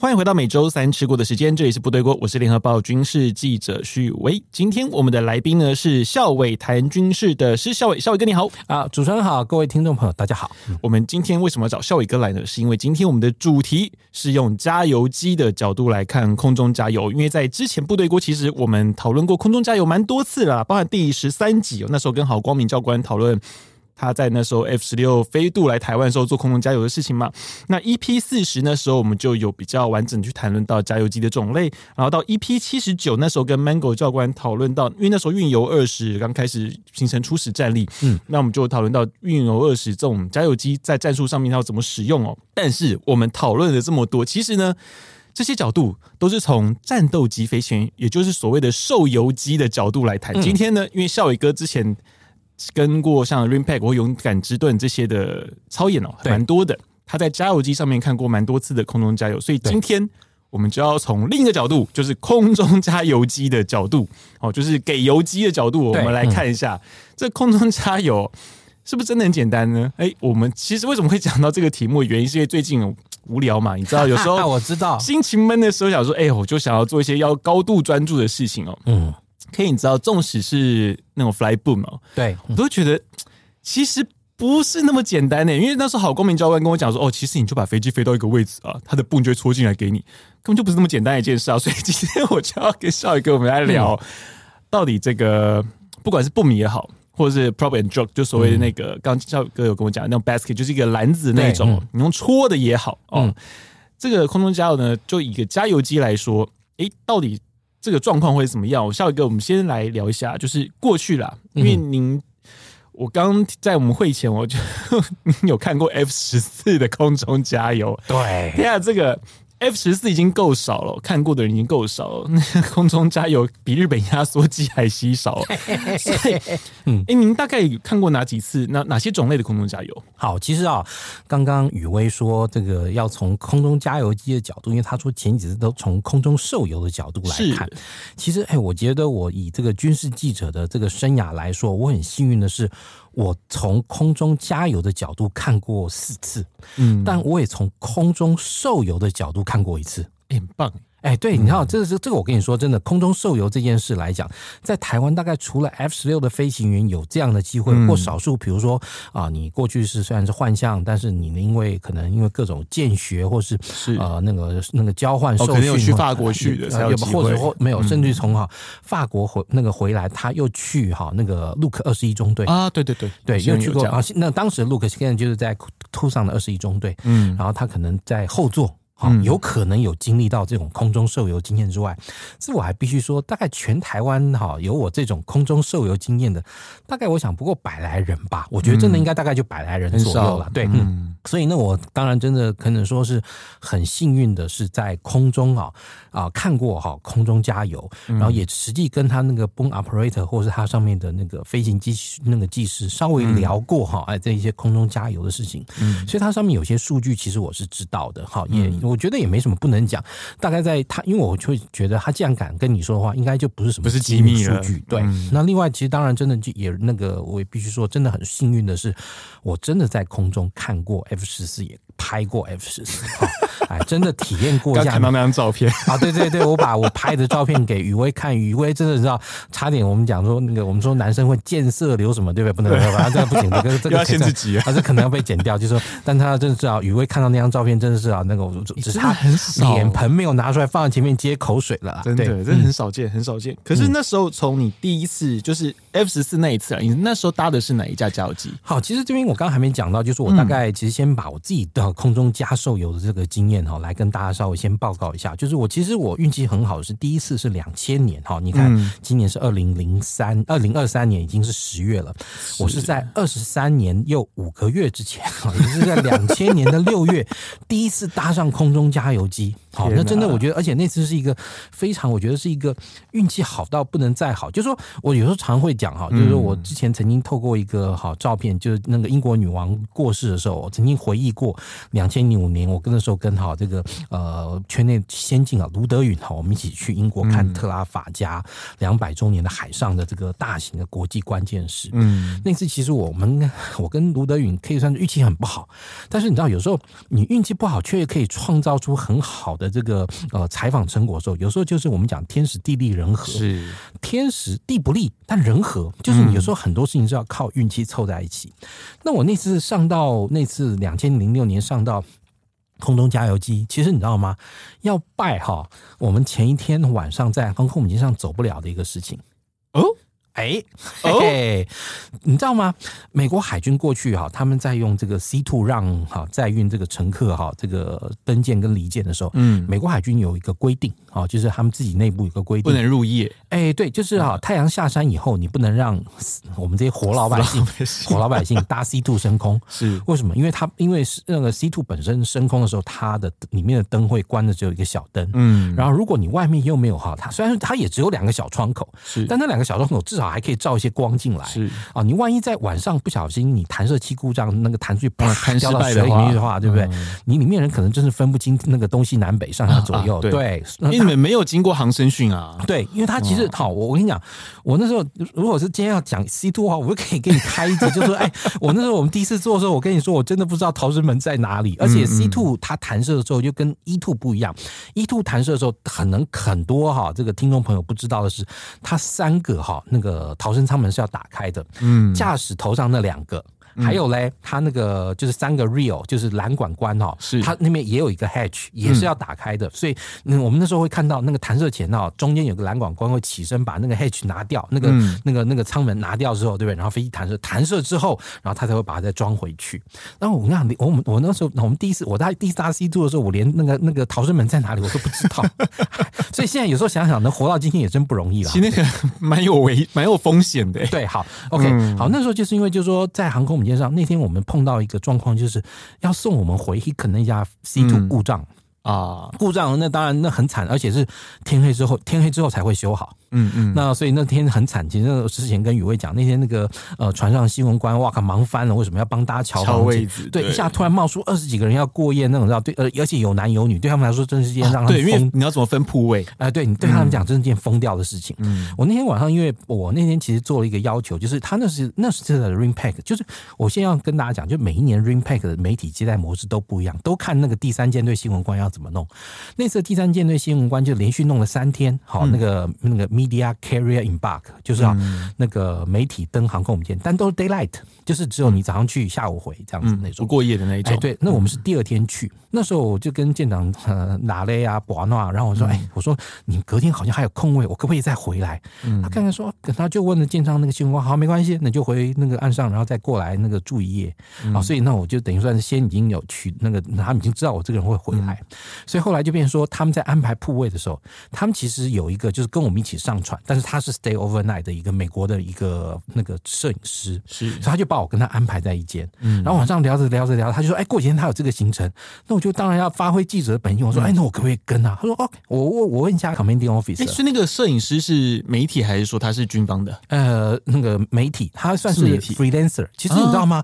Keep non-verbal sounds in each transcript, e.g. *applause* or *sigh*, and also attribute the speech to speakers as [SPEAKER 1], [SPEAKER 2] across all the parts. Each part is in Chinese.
[SPEAKER 1] 欢迎回到每周三吃锅的时间，这里是部队锅，我是联合报军事记者许维。今天我们的来宾呢是校委谈军事的施校委，校委哥你好。
[SPEAKER 2] 啊，主持人好，各位听众朋友，大家好。
[SPEAKER 1] 我们今天为什么要找校伟哥来呢？是因为今天我们的主题是用加油机的角度来看空中加油。因为在之前部队锅，其实我们讨论过空中加油蛮多次了，包含第十三集哦，那时候跟郝光明教官讨论他在那时候 F 十六飞渡来台湾的时候做空中加油的事情嘛。那 EP 四十那时候我们就有比较完整地去谈论到加油机的种类，然后到 EP 七十九那时候跟 Mango 教官讨论到，因为那时候运油二十刚开始形成初始战力，嗯，那我们就讨论到运油二十这种加油机在战术上面它要怎么使用哦。但是我们讨论了这么多，其实呢。这些角度都是从战斗机飞行员，也就是所谓的受油机的角度来谈。
[SPEAKER 2] 嗯
[SPEAKER 1] 今天呢，因为孝伟哥之前跟过像 Rimpack 或勇敢之盾这些的操演哦，
[SPEAKER 2] 对
[SPEAKER 1] 蛮多的。他在加油机上面看过蛮多次的空中加油，所以今天我们就要从另一个角度，就是空中加油机的角度 *laughs* 哦，就是给油机的角度，我
[SPEAKER 2] 对嗯
[SPEAKER 1] 们来看一下这空中加油是不是真的很简单呢？哎，我们其实为什么会讲到这个题目，原因是因为最近无聊嘛，你知道有时
[SPEAKER 2] *laughs* 啊
[SPEAKER 1] 候
[SPEAKER 2] 我知道，
[SPEAKER 1] 心情闷的时候，想说，哎、我就想要做一些要高度专注的事情哦。
[SPEAKER 2] 嗯，
[SPEAKER 1] 可以，你知道，纵使是那种 fly boom 哦，
[SPEAKER 2] 对，
[SPEAKER 1] 我都觉得其实不是那么简单呢。因为那时候郝光明教官跟我讲说，哦，其实你就把飞机飞到一个位置啊，它的 boom 就会戳进来给你，根本就不是那么简单的一件事啊。 *laughs* 所以今天我就要跟少宇哥我们来聊，
[SPEAKER 2] 嗯
[SPEAKER 1] 到底这个不管是 boom 也好。或者是 prop and drop，就所谓的那个，刚刚少宇哥有跟我讲，那种 basket 就是一个篮子那种，
[SPEAKER 2] 嗯对
[SPEAKER 1] 你用戳的也好哦。
[SPEAKER 2] 嗯
[SPEAKER 1] 这个空中加油呢，就以一个加油机来说，诶，到底这个状况会怎么样？我下一个，我们先来聊一下，就是过去啦，因为
[SPEAKER 2] 嗯
[SPEAKER 1] 您，我刚在我们会前，我就 *laughs* 您有看过 F 十四的空中加油？
[SPEAKER 2] 对，
[SPEAKER 1] 天啊，这个 F 十四已经够少了，看过的人已经够少了， *laughs* 那个空中加油比日本压缩机还稀少了。 *laughs* 所以，嗯，诶，您大概看过哪几次？哪哪些种类的空中加油？
[SPEAKER 2] 好，其实啊、刚刚雨薇说这个要从空中加油机的角度，因为她说前几次都从空中受油的角度来看
[SPEAKER 1] 是。
[SPEAKER 2] 其实，哎，我觉得我以这个军事记者的这个生涯来说，我很幸运的是，我从空中加油的角度看过四次，
[SPEAKER 1] 嗯，
[SPEAKER 2] 但我也从空中受油的角度看过一次。
[SPEAKER 1] 诶很棒，
[SPEAKER 2] 哎，对，你
[SPEAKER 1] 嗯
[SPEAKER 2] 看，这是这个，我跟你说，真的，空中受油这件事来讲，在台湾大概除了 F 十六的飞行员有这样的机会，
[SPEAKER 1] 嗯
[SPEAKER 2] 或少数，比如说啊，你过去是虽然是幻象，但是你因为可能因为各种见学或是
[SPEAKER 1] 是
[SPEAKER 2] 呃那个那个交换受
[SPEAKER 1] 哦
[SPEAKER 2] 训，
[SPEAKER 1] 可能有去法国去的
[SPEAKER 2] 呃
[SPEAKER 1] 才有
[SPEAKER 2] 呃
[SPEAKER 1] 机会嗯
[SPEAKER 2] 或者或没有，甚至从哈法国回那个回来，他又去哈那个陆克二十一中队
[SPEAKER 1] 啊，对对对，
[SPEAKER 2] 对，
[SPEAKER 1] 有
[SPEAKER 2] 又去过啊。那当时陆克现在就是在突上的二十一中队，
[SPEAKER 1] 嗯，
[SPEAKER 2] 然后他可能在后座。好，有可能有经历到这种空中受油经验之外，这我还必须说，大概全台湾哈有我这种空中受油经验的，大概我想不过百来人吧。我觉得真的应该大概就百来人
[SPEAKER 1] 很
[SPEAKER 2] 左右
[SPEAKER 1] 少
[SPEAKER 2] 了。对，嗯，所以呢，我当然真的可能说是很幸运的，是在空中啊啊、看过哈、空中加油，
[SPEAKER 1] 嗯
[SPEAKER 2] 然后也实际跟他那个 boom operator 或是他上面的那个飞行技师那个技师稍微聊过哈、
[SPEAKER 1] 嗯
[SPEAKER 2] 哎这一些空中加油的事情，所以它上面有些数据其实我是知道的哈，也、
[SPEAKER 1] 嗯
[SPEAKER 2] 我觉得也没什么不能讲，大概在他因为我就会觉得他既然敢跟你说的话，应该就不是什么
[SPEAKER 1] 不是
[SPEAKER 2] 机
[SPEAKER 1] 机
[SPEAKER 2] 密
[SPEAKER 1] 密
[SPEAKER 2] 数
[SPEAKER 1] 了
[SPEAKER 2] 据，对。那另外，其实当然真的就也那个，我也必须说，真的很幸运的是，我真的在空中看过 F 十四，也拍过 F 十四， *laughs* 哈哎，真的体验过一
[SPEAKER 1] 刚
[SPEAKER 2] 下
[SPEAKER 1] 看到那张照 *laughs* 片，
[SPEAKER 2] 啊，对对对，我把我拍的照片给雨薇看，雨薇真的知道，差点我们讲说那个，我们说男生会见色流什么，对不对？不能， *laughs* 反正这个不行，这个
[SPEAKER 1] 又
[SPEAKER 2] 这个
[SPEAKER 1] *laughs* 要限制级啊
[SPEAKER 2] 啊，这可能要被剪掉。就说，但他真的是啊，雨薇看到那张照片，真的是啊，那个我只是
[SPEAKER 1] 哎真的
[SPEAKER 2] 他
[SPEAKER 1] 很少
[SPEAKER 2] 脸盆没有拿出来放在前面接口水了啦，
[SPEAKER 1] 真的，
[SPEAKER 2] 对
[SPEAKER 1] 真的很少见，很少见。可是那时候从你第一次就是 F 十四那一次啊，你那时候搭的是哪一架加油机？
[SPEAKER 2] 好，其实这边我刚刚还没讲到，就是我大概其实先把我自己的空中加受油的这个经验哈、来跟大家稍微先报告一下。就是我其实我运气很好，是第一次是两千年哈、你看、今年是二零零三二零二三年已经是十月了，我是在二十三年又五 *laughs* 个月之前，哈也就是在两千年的六月第一次搭上空中加油机。好，那真的我觉得，而且那次是一个非常，我觉得是一个运气好到不能再好。就是说我有时候常会讲哈，就是说我之前曾经透过一个好照片，就是那个英国女王过世的时候，我曾经回忆过两千零五年，我跟那时候跟好这个呃圈内先进啊卢德允哈，我们一起去英国看特拉法加两百周年的海上的这个大型的国际关键式。
[SPEAKER 1] 嗯，
[SPEAKER 2] 那次其实我们我跟卢德允可以算是运气很不好，但是你知道有时候你运气不好，却可以创造出很好的这个呃采访成果的时候，有时候就是我们讲天时地利人和，
[SPEAKER 1] 是
[SPEAKER 2] 天时地不利，但人和，就是你有时候很多事情是要靠运气凑在一起。那我那次上到那次两千零六年上到。空中加油机，其实你知道吗？要拜哈，我们前一天晚上在航空母舰上走不了的一个事情。
[SPEAKER 1] 哦，
[SPEAKER 2] 哎、
[SPEAKER 1] 哦
[SPEAKER 2] 嘿嘿你知道吗？美国海军过去哈，他们在用这个 C two 让哈载运这个乘客哈，这个登舰跟离舰的时候，
[SPEAKER 1] 嗯，
[SPEAKER 2] 美国海军有一个规定啊，就是他们自己内部有个规
[SPEAKER 1] 不
[SPEAKER 2] 定，
[SPEAKER 1] 能啊入
[SPEAKER 2] *laughs*
[SPEAKER 1] 夜，
[SPEAKER 2] 哎、对，就是哈、太阳下山以后，你不能让死我们这些活老百
[SPEAKER 1] *laughs*
[SPEAKER 2] 姓、活老百姓搭 C two 升空。
[SPEAKER 1] 是
[SPEAKER 2] 为什么？因为它因为是那个 C two 本身升空的时候，它的里面的灯会关的只有一个小灯。
[SPEAKER 1] 嗯，
[SPEAKER 2] 然后，如果你外面又没有哈，它虽然它也只有两个小窗口，
[SPEAKER 1] 是
[SPEAKER 2] 但那两个小窗口至少还可以照一些光进来。
[SPEAKER 1] 是
[SPEAKER 2] 啊，你万一在晚上不小心你弹射器故障，那个弹出去
[SPEAKER 1] 嗯 *laughs*
[SPEAKER 2] 啪
[SPEAKER 1] 弹失
[SPEAKER 2] 掉到
[SPEAKER 1] 败
[SPEAKER 2] 水
[SPEAKER 1] 的
[SPEAKER 2] 里
[SPEAKER 1] 话嗯
[SPEAKER 2] 面的话，对不对？你里面人可能真是分不清那个东西南北上下左
[SPEAKER 1] 啊
[SPEAKER 2] 右。
[SPEAKER 1] 对
[SPEAKER 2] 对，那
[SPEAKER 1] 因为你们没有经过航生训啊，
[SPEAKER 2] *laughs* 对，因为他其实、好，我我跟你讲，我那时候如果是今天要讲 C two 的话，我就可以给你开一集，就说，哎，我那时候我们第一次做的时候，我跟你说，我真的不知道逃生门在哪里，而且 C two 它弹射的时候就跟 E two 不一样，E two 弹射的时候，可能很多哈，这个听众朋友不知道的是，它三个哈那个逃生舱门是要打开的，
[SPEAKER 1] 嗯，
[SPEAKER 2] 驾驶头上那两个。还有嘞，它那个就是三个 rail，就是栏管关哦，
[SPEAKER 1] 是嗯
[SPEAKER 2] 它那边也有一个 hatch，也是要打开的，所以那我们那时候会看到那个弹射前哦，中间有个栏管关会起身把那个 hatch 拿掉，那个、
[SPEAKER 1] 嗯
[SPEAKER 2] 那个那个舱门拿掉之后，对不对？然后飞机弹射，弹射之后，然后它才会把它再装回去。然后我跟你讲，我们我那时候我们第一次我在第一次搭 C two 的时候，我连那个那个逃生门在哪里我都不知
[SPEAKER 1] *laughs*
[SPEAKER 2] 道，所以现在有时候想想，能活到今天也真不容易了
[SPEAKER 1] 其。实那个蛮有危， *laughs* 蛮有风险的，
[SPEAKER 2] 对，好，OK，、好，
[SPEAKER 1] 嗯
[SPEAKER 2] 那时候就是因为就是说，在航空母舰上那天我们碰到一个状况，就是要送我们回 Hick 那架 C two
[SPEAKER 1] 嗯
[SPEAKER 2] 故障，
[SPEAKER 1] 啊，
[SPEAKER 2] 故障那当然那很惨，而且是天黑之后，天黑之后才会修好。
[SPEAKER 1] 嗯嗯，
[SPEAKER 2] 那所以那天很惨，其实那之前跟宇威讲，那天那个呃船上新闻官哇靠忙翻了，为什么要帮大家瞧
[SPEAKER 1] 敲
[SPEAKER 2] 房
[SPEAKER 1] 位
[SPEAKER 2] 间
[SPEAKER 1] 置
[SPEAKER 2] 对，
[SPEAKER 1] 对
[SPEAKER 2] 一下突然冒出二十几个人要过夜那种，知道对，呃，而且有男有女，对他们来说真是一件让他
[SPEAKER 1] 啊对，
[SPEAKER 2] 们
[SPEAKER 1] 因
[SPEAKER 2] 疯
[SPEAKER 1] 为你要怎么分铺位，
[SPEAKER 2] 哎、对你对他们讲，这是件疯掉的事情。我那天晚上，因为我那天其实做了一个要求，就是他那是那是这个 Ring Pack，就是我现在要跟大家讲，就每一年 Ring Pack 的媒体接待模式都不一样，都看那个第三舰队新闻官要怎么弄。那次第三舰队新闻官就连续弄了三天，好、那个那个 Media Carrier Embark，就是要、那个媒体登航空母舰，但都是 daylight，就是只有你早上去，下午回这样子那
[SPEAKER 1] 嗯，
[SPEAKER 2] 种。
[SPEAKER 1] 不过夜的那一
[SPEAKER 2] 哎，
[SPEAKER 1] 种，嗯
[SPEAKER 2] 对，那我们是第二天去，那时候我就跟舰长呃拿嘞啊、博诺啊，然后我说，
[SPEAKER 1] 嗯
[SPEAKER 2] 哎，我说你隔天好像还有空位，我可不可以再回来？
[SPEAKER 1] 嗯
[SPEAKER 2] 他看看说，他就问了舰上那个新闻官，好，没关系，那就回那个岸上，然后再过来那个住一夜
[SPEAKER 1] 嗯
[SPEAKER 2] 啊。所以那我就等于算是先已经有去那个，他们已经知道我这个人会回来，
[SPEAKER 1] 嗯
[SPEAKER 2] 所以后来就变成说他们在安排铺位的时候，他们其实有一个就是跟我们一起上船，但是他是 stay overnight 的一个美国的一个那个摄影师，
[SPEAKER 1] 是
[SPEAKER 2] 所以他就把我跟他安排在一间，
[SPEAKER 1] 嗯
[SPEAKER 2] 然后晚上聊着聊着聊，他就说：“哎，过几天他有这个行程，那我就当然要发挥记者的本性。”我说：“哎，那我可不可以跟啊？”他说：“OK，我我我问一下 commanding
[SPEAKER 1] 嗯哎，
[SPEAKER 2] officer，
[SPEAKER 1] 所以那个摄影师是媒体还是说他是军方的？
[SPEAKER 2] 呃，那个媒体，他算
[SPEAKER 1] 是媒体
[SPEAKER 2] 是
[SPEAKER 1] 啊
[SPEAKER 2] freelancer。其实你知道吗？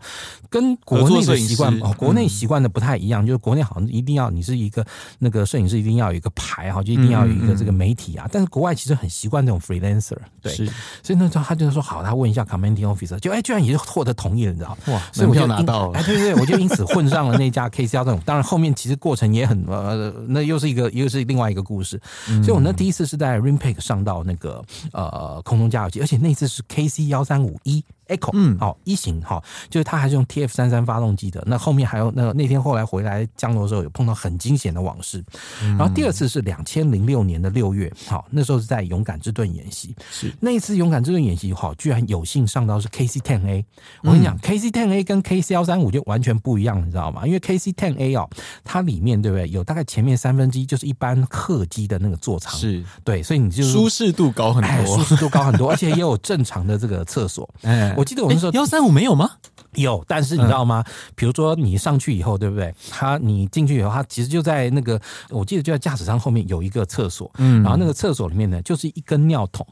[SPEAKER 2] 跟国内的习
[SPEAKER 1] 合
[SPEAKER 2] 惯，
[SPEAKER 1] 作摄影师嗯
[SPEAKER 2] 哦国内习惯的不太一样。就是国内好像一定要你是一个那个摄影师，一定要有一个牌哈，就一定要有
[SPEAKER 1] 嗯
[SPEAKER 2] 一个这个媒体啊。但是国外其实很习惯这种 freelancer，对。
[SPEAKER 1] 是
[SPEAKER 2] 所以那时候他就说好，他问一下 commanding officer，就哎，居然也获得同意了，你知道吗？
[SPEAKER 1] 哇
[SPEAKER 2] 所以我
[SPEAKER 1] 门票
[SPEAKER 2] 就
[SPEAKER 1] 拿
[SPEAKER 2] 因
[SPEAKER 1] 到了
[SPEAKER 2] 哎，对对对，我就因此混上了那家 K C 幺这种。当然后面其实过程也很呃，那又是一个又是另外一个故事。所以我那
[SPEAKER 1] 嗯
[SPEAKER 2] 第一次是在 r i m p a k 上到那个呃空中加油机，而且那次是 K C 幺三五一。Echo，嗯，好、一型，好、就是它还是用 TF 三三发动机的。那后面还有那那天后来回来降落的时候，有碰到很惊险的往事。然后第二次是两千零六年的六月，好、那时候是在勇敢之盾演习。
[SPEAKER 1] 是，
[SPEAKER 2] 那一次勇敢之盾演习，哈，居然有幸上到是 KC Ten A。我跟
[SPEAKER 1] 嗯
[SPEAKER 2] 你讲、k c Ten A 跟 KC 幺三五就完全不一样，你知道吗？因为 KC Ten A 哦，它里面对不对有大概前面三分之一就是一般客机的那个座舱，
[SPEAKER 1] 是
[SPEAKER 2] 对，所以你就是
[SPEAKER 1] 舒适度高很
[SPEAKER 2] 哎舒
[SPEAKER 1] 多， *laughs*
[SPEAKER 2] 适度高很多，而且也有正常的这个厕所。
[SPEAKER 1] 哎嗯
[SPEAKER 2] 我记得我那时候
[SPEAKER 1] 幺三五没有吗？
[SPEAKER 2] 有，但是你知道吗？比如说你上去以后，对不对？他你进去以后，他其实就在那个，我记得就在驾驶舱后面有一个厕所，
[SPEAKER 1] 嗯
[SPEAKER 2] 然后那个厕所里面呢，就是一根尿桶，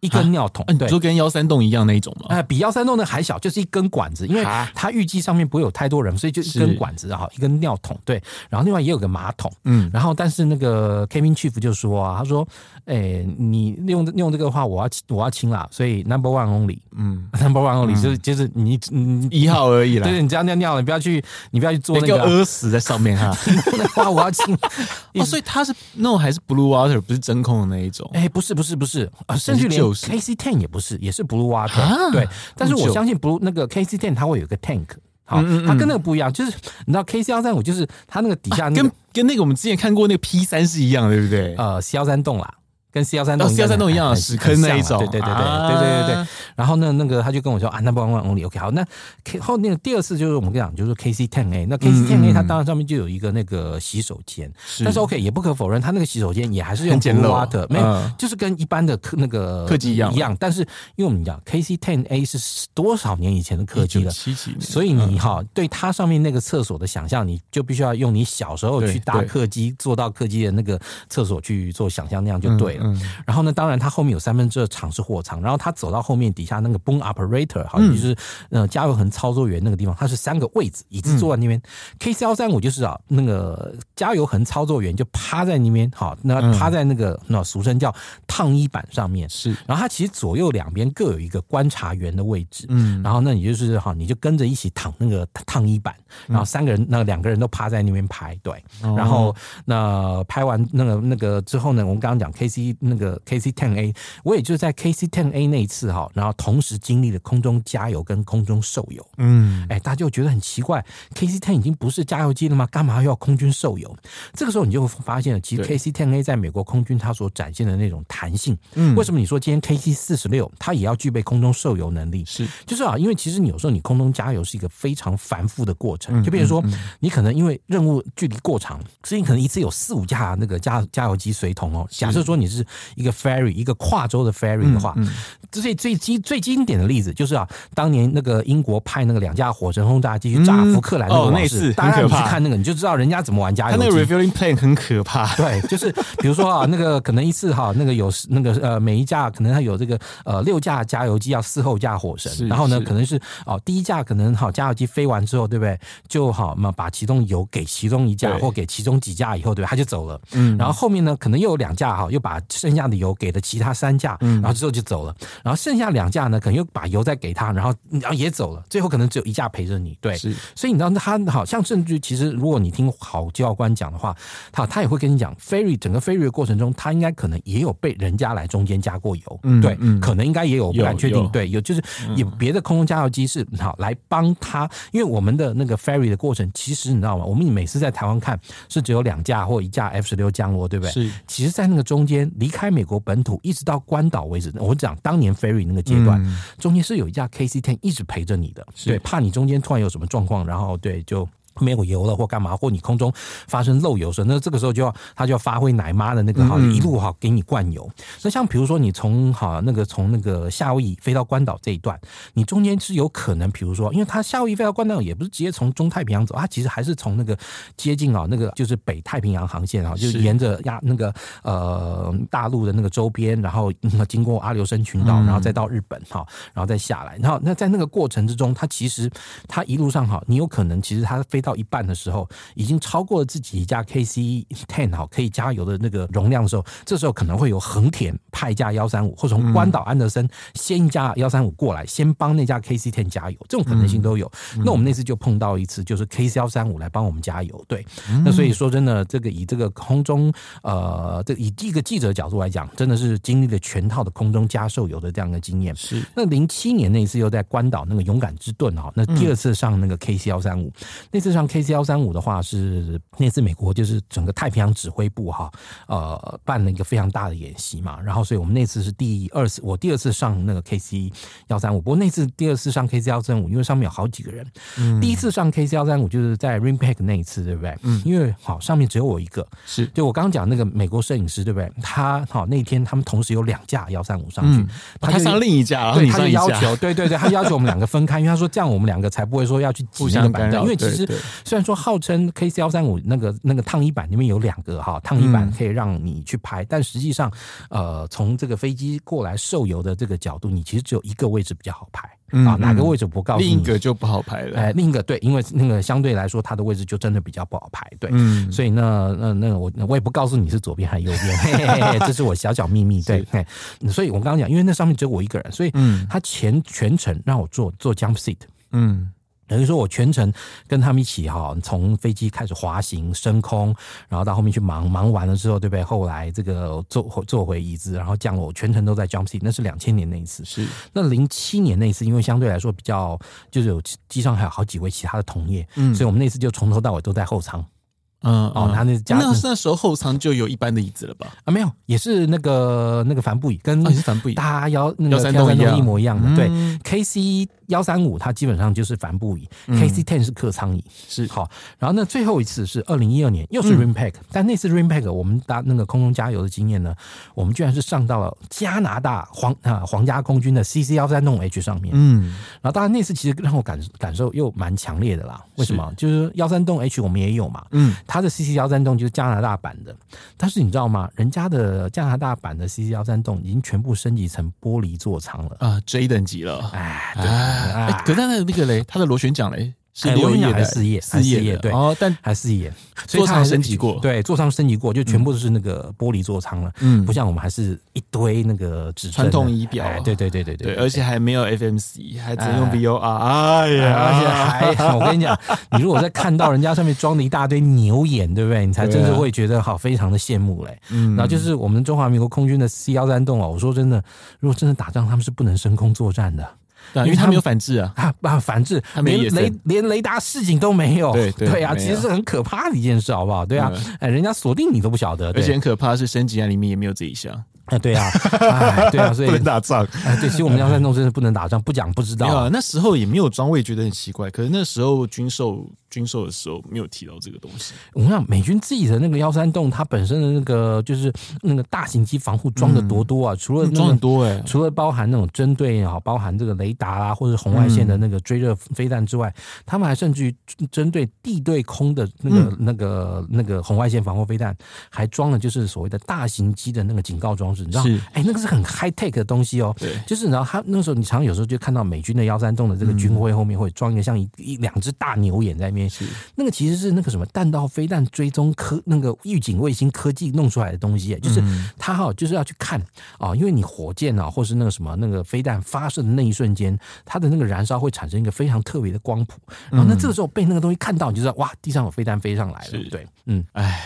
[SPEAKER 2] 一根尿桶，
[SPEAKER 1] 啊你
[SPEAKER 2] 对。
[SPEAKER 1] 就跟幺三洞一样那一种吗？
[SPEAKER 2] 哎，比幺三弄的还小，就是一根管子，因为
[SPEAKER 1] 啊
[SPEAKER 2] 它预计上面不会有太多人，所以就一
[SPEAKER 1] 是
[SPEAKER 2] 根管子哈，一根尿桶对，然后另外也有个马桶，
[SPEAKER 1] 嗯，
[SPEAKER 2] 然后但是那个 Kevin Chief 就说啊，他说，哎、你用用这个的话，我要我要清啦，所以 Number One Only，
[SPEAKER 1] 嗯
[SPEAKER 2] *laughs* Number One Only 就是、就是你你
[SPEAKER 1] 一号而已啦，
[SPEAKER 2] 对，你只要尿尿，你不要去，你不要去做那
[SPEAKER 1] 别给我呃
[SPEAKER 2] 个啊。
[SPEAKER 1] 饿死在上面哈。
[SPEAKER 2] *laughs* 那话我
[SPEAKER 1] *laughs*
[SPEAKER 2] 要清。
[SPEAKER 1] 哦，所以它是那种还是 blue water，不是真空的那一种。
[SPEAKER 2] 哎，不是不是不是，啊，甚至连
[SPEAKER 1] 就是
[SPEAKER 2] KC Ten 也不是，也是 Blue
[SPEAKER 1] 啊
[SPEAKER 2] Water。对，但是
[SPEAKER 1] 这么
[SPEAKER 2] 我
[SPEAKER 1] 久嗯
[SPEAKER 2] 相信 Blue 那个 KC Ten 它会有一个 tank。好，它跟那个不一样，就是你知道 KC 幺三五就是它那个底下
[SPEAKER 1] 啊
[SPEAKER 2] 那
[SPEAKER 1] 跟
[SPEAKER 2] 个
[SPEAKER 1] 跟那个我们之前看过那个 P 三是一样的，对不对？
[SPEAKER 2] 呃四幺三洞啦，跟四幺三
[SPEAKER 1] 哦
[SPEAKER 2] 洞
[SPEAKER 1] 413洞一样
[SPEAKER 2] 很
[SPEAKER 1] 屎
[SPEAKER 2] 很
[SPEAKER 1] 坑那
[SPEAKER 2] 像
[SPEAKER 1] 一
[SPEAKER 2] 啦
[SPEAKER 1] 种
[SPEAKER 2] 对对对对
[SPEAKER 1] 啊
[SPEAKER 2] 对对对对。然后呢，那个他就跟我说啊，那不 one only OK 好，那 K 后那个第二次就是我们讲就是 KC Ten A，那 KC Ten
[SPEAKER 1] 嗯
[SPEAKER 2] A
[SPEAKER 1] 嗯
[SPEAKER 2] 它当然上面就有一个那个洗手间，
[SPEAKER 1] 是
[SPEAKER 2] 但是 OK 也不可否认，它那个洗手间也还是用
[SPEAKER 1] 很简
[SPEAKER 2] blue
[SPEAKER 1] 陋
[SPEAKER 2] water，没有，
[SPEAKER 1] 嗯
[SPEAKER 2] 就是跟一般的客那个
[SPEAKER 1] 客机一样
[SPEAKER 2] 一样。但是因为我们讲 KC Ten A 是多少年以前的客机了。
[SPEAKER 1] 七几年，
[SPEAKER 2] 所以你
[SPEAKER 1] 嗯
[SPEAKER 2] 哈、对它上面那个厕所的想象，你就必须要用你小时候
[SPEAKER 1] 对
[SPEAKER 2] 去搭
[SPEAKER 1] 对
[SPEAKER 2] 客机，坐到客机的那个厕所去做想象，那样就对了。
[SPEAKER 1] 嗯
[SPEAKER 2] 然后呢，当然它后面有三分之二场是货场，然后它走到后面底下那个 boom operator，好，也
[SPEAKER 1] 嗯
[SPEAKER 2] 就是呃加油横操作员那个地方，它是三个位置，椅子坐
[SPEAKER 1] 嗯
[SPEAKER 2] 在那边。K C 幺三五就是啊，那个加油横操作员就趴在那边，好，那
[SPEAKER 1] 嗯
[SPEAKER 2] 趴在那个那俗称叫烫衣板上面。
[SPEAKER 1] 是
[SPEAKER 2] 然后它其实左右两边各有一个观察员的位置，
[SPEAKER 1] 嗯
[SPEAKER 2] 然后那你就是哈，你就跟着一起躺那个烫衣板，然后三个人，那两个人都趴在那边拍，对，
[SPEAKER 1] 嗯哦
[SPEAKER 2] 然后那呃拍完那个那个之后呢，我们刚刚讲 K C 那个 K C Ten A，我也就是在 K C Ten A 那一次哈，然后同时经历了空中加油跟空中受油。
[SPEAKER 1] 嗯，
[SPEAKER 2] 哎，大家就觉得很奇怪，KC Ten 已经不是加油机了吗？干嘛要空军受油？这个时候你就发现了，其实
[SPEAKER 1] 对
[SPEAKER 2] KC Ten A 在美国空军它所展现的那种弹性，
[SPEAKER 1] 嗯
[SPEAKER 2] 为什么你说今天 KC 四十六它也要具备空中受油能力？
[SPEAKER 1] 是
[SPEAKER 2] 就是啊，因为其实你有时候你空中加油是一个非常繁复的过
[SPEAKER 1] 嗯
[SPEAKER 2] 程，就比如说你可能因为任务距离过长，所以你可能一次有四五架那个加加油机随同哦。假设说你是一个 ferry，一个跨州的 ferry 的话，
[SPEAKER 1] 嗯
[SPEAKER 2] 最最经最经典的例子就是啊，当年那个英国派那个两架火神轰炸机去炸
[SPEAKER 1] 嗯
[SPEAKER 2] 福克兰那个
[SPEAKER 1] 哦那
[SPEAKER 2] 往
[SPEAKER 1] 次
[SPEAKER 2] 事，
[SPEAKER 1] 很
[SPEAKER 2] 大家你
[SPEAKER 1] 可
[SPEAKER 2] 去
[SPEAKER 1] 怕
[SPEAKER 2] 看那个你就知道人家怎么玩加
[SPEAKER 1] 它
[SPEAKER 2] 油机。
[SPEAKER 1] 那个 refueling plan 很可怕，
[SPEAKER 2] 对，就是比如说啊，那个可能一次哈，那个有那个呃，每一架可能它有这个呃六架加油机要伺候架火
[SPEAKER 1] 是
[SPEAKER 2] 神，然后呢，
[SPEAKER 1] 是
[SPEAKER 2] 可能是哦第一架可能好加油机飞完之后，对不对？就好嘛，把其中油给其中一架
[SPEAKER 1] 对
[SPEAKER 2] 或给其中几架以后，对吧？他就走了。
[SPEAKER 1] 嗯
[SPEAKER 2] 然后后面呢，可能又有两架哈，又把剩下的油给了其他三架，
[SPEAKER 1] 嗯
[SPEAKER 2] 然后之后就走了。然后剩下两架呢，可能又把油再给他，然后然后也走了。最后可能只有一架陪着你，对。
[SPEAKER 1] 是
[SPEAKER 2] 所以你知道他好像甚至其实，如果你听好教官讲的话，他他也会跟你讲，ferry 整个 ferry 的过程中，他应该可能也有被人家来中间加过油，
[SPEAKER 1] 嗯
[SPEAKER 2] 对，
[SPEAKER 1] 嗯
[SPEAKER 2] 可能应该也有，我不
[SPEAKER 1] 有
[SPEAKER 2] 敢确定
[SPEAKER 1] 有，
[SPEAKER 2] 对，有就是有别的空中加油机是好来帮他，因为我们的那个 ferry 的过程，其实你知道吗？我们每次在台湾看是只有两架或一架 F 十六降落，对不对？
[SPEAKER 1] 是
[SPEAKER 2] 其实，在那个中间离开美国本土，一直到关岛为止，我讲当年 ferry 那个阶段，中间是有一架 KC Ten 一直陪着你的，对，怕你中间突然有什么状况，然后对就。没有油了或干嘛，或你空中发生漏油的时候，那这个时候就要他就要发挥奶妈的那个哈，一路哈给你灌油。那像比如说你从哈那个从那个夏威夷飞到关岛这一段，你中间是有可能，比如说，因为它夏威夷飞到关岛也不是直接从中太平洋走，它其实还是从那个接近啊那个就是北太平洋航线啊，就是是沿着亚那个呃大陆的那个周边，然后嗯经过阿留申群岛，然后再到日本哈，然后再下来。然后那在那个过程之中，它其实它一路上哈，你有可能其实它飞到一半的时候，已经超过了自己一架 KC Ten 哈可以加油的那个容量的时候，这时候可能会有横田派一架幺三五，或从关岛安德森先一架幺三五过来，先帮那架 KC Ten 加油，这种可能性都有。那我们那次就碰到一次，就是 KC 幺三五来帮我们加油，对。那所以说真的，这个以这个空中呃，这以一个记者的角度来讲，真的是经历了全套的空中加售油的这样的经验。
[SPEAKER 1] 是嗯
[SPEAKER 2] 那零七年那一次又在关岛那个勇敢之盾哈，那第二次上那个 KC 幺三五，那次实上 KC 幺三五的话是那次美国就是整个太平洋指挥部哈，呃，办了一个非常大的演习嘛，然后所以我们那次是第二次，我第二次上那个 KC 幺三五，不过那次第二次上 KC 幺三五，因为上面有好几个人，
[SPEAKER 1] 嗯
[SPEAKER 2] 第一次上 KC 幺三五就是在 r i m p a c 那一次，对不对？嗯，因为好上面只有我一个，
[SPEAKER 1] 是
[SPEAKER 2] 就我刚刚讲那个美国摄影师，对不对？他好那天他们同时有两架幺三五上去，
[SPEAKER 1] 嗯
[SPEAKER 2] 就
[SPEAKER 1] 他上另一架，然后
[SPEAKER 2] 对，
[SPEAKER 1] 啊你
[SPEAKER 2] 他就
[SPEAKER 1] 上一
[SPEAKER 2] 要
[SPEAKER 1] 架，
[SPEAKER 2] 求，对对对，他要求我们两个分开，因为他说这样我们两个才不会说要去挤
[SPEAKER 1] 互
[SPEAKER 2] 那
[SPEAKER 1] 相
[SPEAKER 2] 个
[SPEAKER 1] 干
[SPEAKER 2] 板
[SPEAKER 1] 扰
[SPEAKER 2] 凳，因为其
[SPEAKER 1] 对
[SPEAKER 2] 实
[SPEAKER 1] 对
[SPEAKER 2] 虽然说号称 K C 幺三五那个那个烫衣板里面有两个哈，烫衣板
[SPEAKER 1] 嗯
[SPEAKER 2] 可以让你去拍，但实际上呃从这个飞机过来受油的这个角度，你其实只有一个位置比较好拍
[SPEAKER 1] 嗯
[SPEAKER 2] 啊，哪个
[SPEAKER 1] 嗯
[SPEAKER 2] 位置不告诉
[SPEAKER 1] 另一
[SPEAKER 2] 你。
[SPEAKER 1] 个就不好拍了。
[SPEAKER 2] 哎，另一个对，因为那个相对来说，它的位置就真的比较不好排，对，
[SPEAKER 1] 嗯
[SPEAKER 2] 所以呢，那那我我也不告诉你是左边还是右边，嘿嘿嘿嘿这是我小小秘密，对，嘿所以我刚刚讲，因为那上面只有我一个人，所以
[SPEAKER 1] 嗯
[SPEAKER 2] 他全全程让我做做 jump seat，
[SPEAKER 1] 嗯
[SPEAKER 2] 等于说我全程跟他们一起哈，从飞机开始滑行升空，然后到后面去忙，忙完了之后，对不对？后来这个坐坐回椅子，然后降落，我全程都在 jump seat，那是两千年那一次。
[SPEAKER 1] 是
[SPEAKER 2] 那零七年那一次，因为相对来说比较就是有机上还有好几位其他的同业，
[SPEAKER 1] 嗯
[SPEAKER 2] 所以我们那次就从头到尾都在后舱
[SPEAKER 1] 嗯
[SPEAKER 2] 哦
[SPEAKER 1] 嗯
[SPEAKER 2] 他那家
[SPEAKER 1] 那那时候后舱就有一般的椅子了吧？
[SPEAKER 2] 啊，没有，也是那个那个帆布椅跟
[SPEAKER 1] 啊，你是帆布椅，
[SPEAKER 2] 嗯大幺那个132 132
[SPEAKER 1] 一样
[SPEAKER 2] 一模一样的，
[SPEAKER 1] 嗯
[SPEAKER 2] 对。KC 幺三五它基本上就是帆布椅、k c Ten 是客舱椅，
[SPEAKER 1] 嗯是嗯
[SPEAKER 2] 好。然后那最后一次是二零一二年，又是 Rampack，、但那次 Rampack 我们搭那个空中加油的经验呢，我们居然是上到了加拿大皇啊皇家空军的 CC 幺三弄 H 上面。
[SPEAKER 1] 嗯
[SPEAKER 2] 然后当然那次其实让我感感受又蛮强烈的啦。为什么？就是幺三栋 H 我们也有嘛，
[SPEAKER 1] 嗯，
[SPEAKER 2] 它的 CC 幺三栋就是加拿大版的，但是你知道吗？人家的加拿大版的 CC 幺三栋已经全部升级成玻璃座舱了。
[SPEAKER 1] 啊，J 等级了。
[SPEAKER 2] 哎，对，
[SPEAKER 1] 哎，哎可是他的那个嘞，他的螺旋桨嘞是
[SPEAKER 2] 哎
[SPEAKER 1] 六
[SPEAKER 2] 螺旋
[SPEAKER 1] 叶
[SPEAKER 2] 桨
[SPEAKER 1] 的，
[SPEAKER 2] 还是四叶还
[SPEAKER 1] 四
[SPEAKER 2] 是四
[SPEAKER 1] 叶
[SPEAKER 2] 叶
[SPEAKER 1] 的
[SPEAKER 2] 对
[SPEAKER 1] 哦，但
[SPEAKER 2] 还是也，
[SPEAKER 1] 座
[SPEAKER 2] 它
[SPEAKER 1] 舱
[SPEAKER 2] 还是
[SPEAKER 1] 升级过
[SPEAKER 2] 对，座舱升级过，就全部都是那个玻璃座舱了。
[SPEAKER 1] 嗯
[SPEAKER 2] 不像我们还是一堆那个指针
[SPEAKER 1] 传
[SPEAKER 2] 的
[SPEAKER 1] 统仪表
[SPEAKER 2] 哎对对对对
[SPEAKER 1] 对，而且还没有 FMC，还只能用
[SPEAKER 2] 哎
[SPEAKER 1] VOR。哎呀，
[SPEAKER 2] 啊而且
[SPEAKER 1] *laughs*
[SPEAKER 2] 还，我跟你讲，你如果在看到人家上面装了一大堆牛眼，对不对？你才真是会觉得好，非常的羡慕嘞。
[SPEAKER 1] 啊嗯
[SPEAKER 2] 然后就是我们中华民国空军的 C 幺三栋哦，我说真的，如果真的打仗，他们是不能升空作战的。
[SPEAKER 1] 对啊，因为他没有反制啊。
[SPEAKER 2] 啊啊！反制
[SPEAKER 1] 他没
[SPEAKER 2] 连
[SPEAKER 1] 野
[SPEAKER 2] 雷
[SPEAKER 1] 生
[SPEAKER 2] 连雷达示警都没有，
[SPEAKER 1] 对
[SPEAKER 2] *laughs*
[SPEAKER 1] 对
[SPEAKER 2] 啊，
[SPEAKER 1] 没有嗯
[SPEAKER 2] 其实是很可怕的一件事，好不好？对啊，哎，人家锁定你都不晓得，
[SPEAKER 1] 而
[SPEAKER 2] 对
[SPEAKER 1] 且很可怕的是，升级案啊里面也没有这一项，
[SPEAKER 2] 啊，对啊，哎对啊，所
[SPEAKER 1] *laughs*
[SPEAKER 2] 以
[SPEAKER 1] 不能打仗。
[SPEAKER 2] 哎，对，其实我们幺三栋真的不能打仗，不讲不知
[SPEAKER 1] 没
[SPEAKER 2] 道
[SPEAKER 1] 有
[SPEAKER 2] 啊。
[SPEAKER 1] 啊，那时候也没有装，我也觉得很奇怪。可是那时候军售军售的时候没有提到这个东西。
[SPEAKER 2] 我想美军自己的那个幺三栋，它本身的那个就是那个大型机防护装的多多啊，除了那
[SPEAKER 1] 装
[SPEAKER 2] 个
[SPEAKER 1] 很多哎、
[SPEAKER 2] 除了包含那种针对啊，包含这个雷达啦、啊或者红外线的那个追热飞弹之外，他们还甚至于针对地对空的那
[SPEAKER 1] 嗯
[SPEAKER 2] 个、那个那个红外线防护飞弹，还装了就是所谓的大型机的那个警告装置，你知道
[SPEAKER 1] 是？
[SPEAKER 2] 哎，那个是很 high tech 的东西哦。
[SPEAKER 1] 对
[SPEAKER 2] 就是然后他那时候你常有时候就看到美军的幺三栋的这
[SPEAKER 1] 嗯
[SPEAKER 2] 个军徽后面会装一个像一一两只大牛眼在那边，
[SPEAKER 1] 是
[SPEAKER 2] 那个其实是那个什么弹道飞弹追踪科那个预警卫星科技弄出来的东西，就是
[SPEAKER 1] 嗯
[SPEAKER 2] 它哈、就是要去看啊、因为你火箭啊或是那个什么那个飞弹发射的那一瞬间，它的那个燃烧会产生一个非常特别的光谱，然后那这个时候被那个东西看到，你就知道哇，地上有飞弹飞上来了
[SPEAKER 1] 是，
[SPEAKER 2] 对，嗯，
[SPEAKER 1] 唉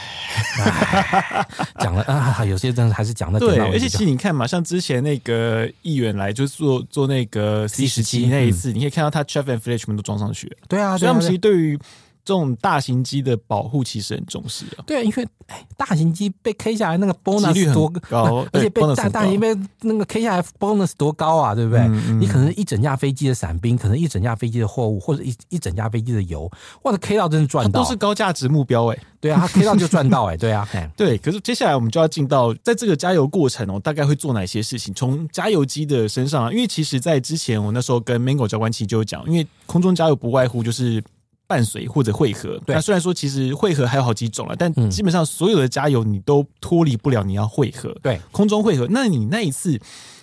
[SPEAKER 2] 唉， *laughs* 讲了啊，有些真的还是讲的
[SPEAKER 1] 对，而且其实你看嘛，像之前那个议员来就是做做那个 C 十七那一次，你可以看到他 Chef and Flash 全部都装上去了，
[SPEAKER 2] 对啊，
[SPEAKER 1] 所以他
[SPEAKER 2] 对啊
[SPEAKER 1] 们其。实对于这种大型机的保护其实很重视啊。
[SPEAKER 2] 对啊，因为哎，大型机被 K 下来那个
[SPEAKER 1] 几率
[SPEAKER 2] bonus
[SPEAKER 1] 很
[SPEAKER 2] 多
[SPEAKER 1] 高
[SPEAKER 2] 而且被
[SPEAKER 1] 对，bonus
[SPEAKER 2] 大
[SPEAKER 1] 很
[SPEAKER 2] 大型
[SPEAKER 1] 高嗯
[SPEAKER 2] 被那个 K 下来 bonus 多高啊，对不对？你可能一整架飞机的伞兵，可能一整架飞机的货物，或者一一整架飞机的油，或者 K 到真是
[SPEAKER 1] 它
[SPEAKER 2] 赚到，
[SPEAKER 1] 都是高价值目标哎、
[SPEAKER 2] 对啊，他 K 到就赚
[SPEAKER 1] *laughs*
[SPEAKER 2] 到哎、对啊，哎，
[SPEAKER 1] 对，可是接下来我们就要进到在这个加油过程哦，大概会做哪些事情？从加油机的身上啊，因为其实，在之前我那时候跟 Mango 教官其实就有讲，因为空中加油不外乎就是伴随或者汇合。
[SPEAKER 2] 对嗯
[SPEAKER 1] 那虽然说其实汇合还有好几种了，但基本上所有的加油你都脱离不了你要汇合，
[SPEAKER 2] 对，
[SPEAKER 1] 空中汇合。那你那一次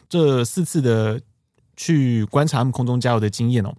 [SPEAKER 1] 这四次的去观察他们空中加油的经验哦，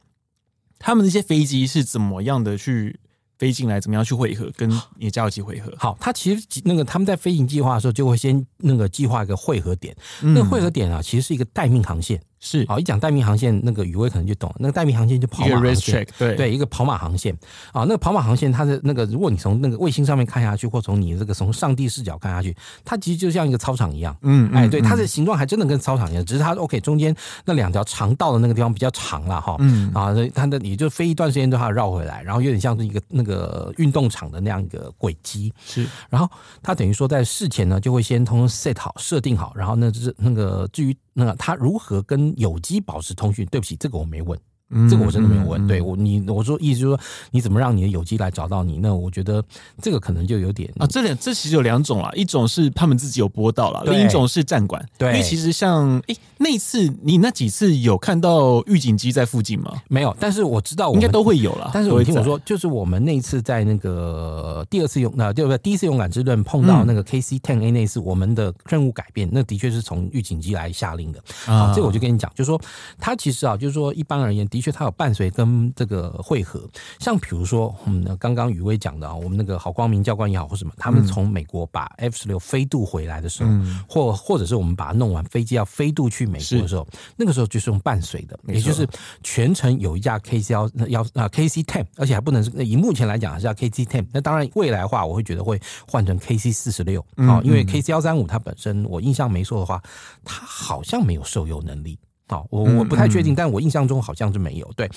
[SPEAKER 1] 他们那些飞机是怎么样的去？飞进来怎么样去汇合，跟你的加油机汇合？
[SPEAKER 2] 好，他其实那个他们在飞行计划的时候，就会先那个计划一个汇合点，那个汇合点啊，其实是一个待命航线，
[SPEAKER 1] 嗯是
[SPEAKER 2] 好，一讲待命航线，那个宇威可能就懂了，那个待命航线就跑
[SPEAKER 1] 一个
[SPEAKER 2] 马航
[SPEAKER 1] race
[SPEAKER 2] 线
[SPEAKER 1] track，，对
[SPEAKER 2] 对，一个跑马航线啊，那个跑马航线，它的那个，如果你从那个卫星上面看下去，或从你这个从上帝视角看下去，它其实就像一个操场一样。
[SPEAKER 1] 嗯，嗯
[SPEAKER 2] 哎，对，它
[SPEAKER 1] 嗯
[SPEAKER 2] 的形状还真的跟操场一样，只是它 OK 中间那两条长道的那个地方比较长了哈，
[SPEAKER 1] 嗯
[SPEAKER 2] 啊，所以它的也就飞一段时间之后它绕回来，然后有点像是一个那个运动场的那样一个轨迹，
[SPEAKER 1] 是
[SPEAKER 2] 然后他等于说在事前呢，就会先通通 set 好、设定好，然后呢，就是那个至于那个他如何跟有机保持通讯，对不起，这个我没问，
[SPEAKER 1] 嗯
[SPEAKER 2] 这个我真的没有问。
[SPEAKER 1] 嗯
[SPEAKER 2] 对我你我说意思就是说，你怎么让你的有机来找到你？那我觉得这个可能就有点
[SPEAKER 1] 啊，这两这其实有两种啦，一种是他们自己有播到啦，
[SPEAKER 2] 对
[SPEAKER 1] 另一种是站管。
[SPEAKER 2] 对
[SPEAKER 1] 因为其实像诶那次你那几次有看到预警机在附近吗？
[SPEAKER 2] 没有，但是我知道我
[SPEAKER 1] 应
[SPEAKER 2] 们
[SPEAKER 1] 该都会有啦。
[SPEAKER 2] 但是
[SPEAKER 1] 都
[SPEAKER 2] 我
[SPEAKER 1] 会
[SPEAKER 2] 听我
[SPEAKER 1] 在
[SPEAKER 2] 说，就是我们那一次在那个第二次勇呃，对不对？第一次勇敢之盾碰到那个 KC Ten A 那一次，我们的任务改变，那的确是从预警机来下令的。
[SPEAKER 1] 啊
[SPEAKER 2] 啊，这个我就跟你讲，就是说它其实啊，就是说一般而言，的确它有伴随跟这个汇合。像比如说，嗯，刚刚雨薇讲的啊，我们那个郝光明教官也好或什么，他们从美国把 F 十六飞渡回来的时候，或或者是我们把它弄完飞机要飞渡去美国的时候，那个时候就是用伴随的，
[SPEAKER 1] 没
[SPEAKER 2] 也
[SPEAKER 1] 错
[SPEAKER 2] 就是全程有一架 KC 要要啊 KC Ten，而且还不能是以目前来讲还是要 KC Ten。那当然未来的话，我会觉得会换成 KC 四十六
[SPEAKER 1] 嗯
[SPEAKER 2] 啊，因为 KC 幺三五它本身我印象没错的话，它好像没有受油能力。好，我
[SPEAKER 1] 嗯
[SPEAKER 2] 我不太确定，但我印象中好像是没有。对，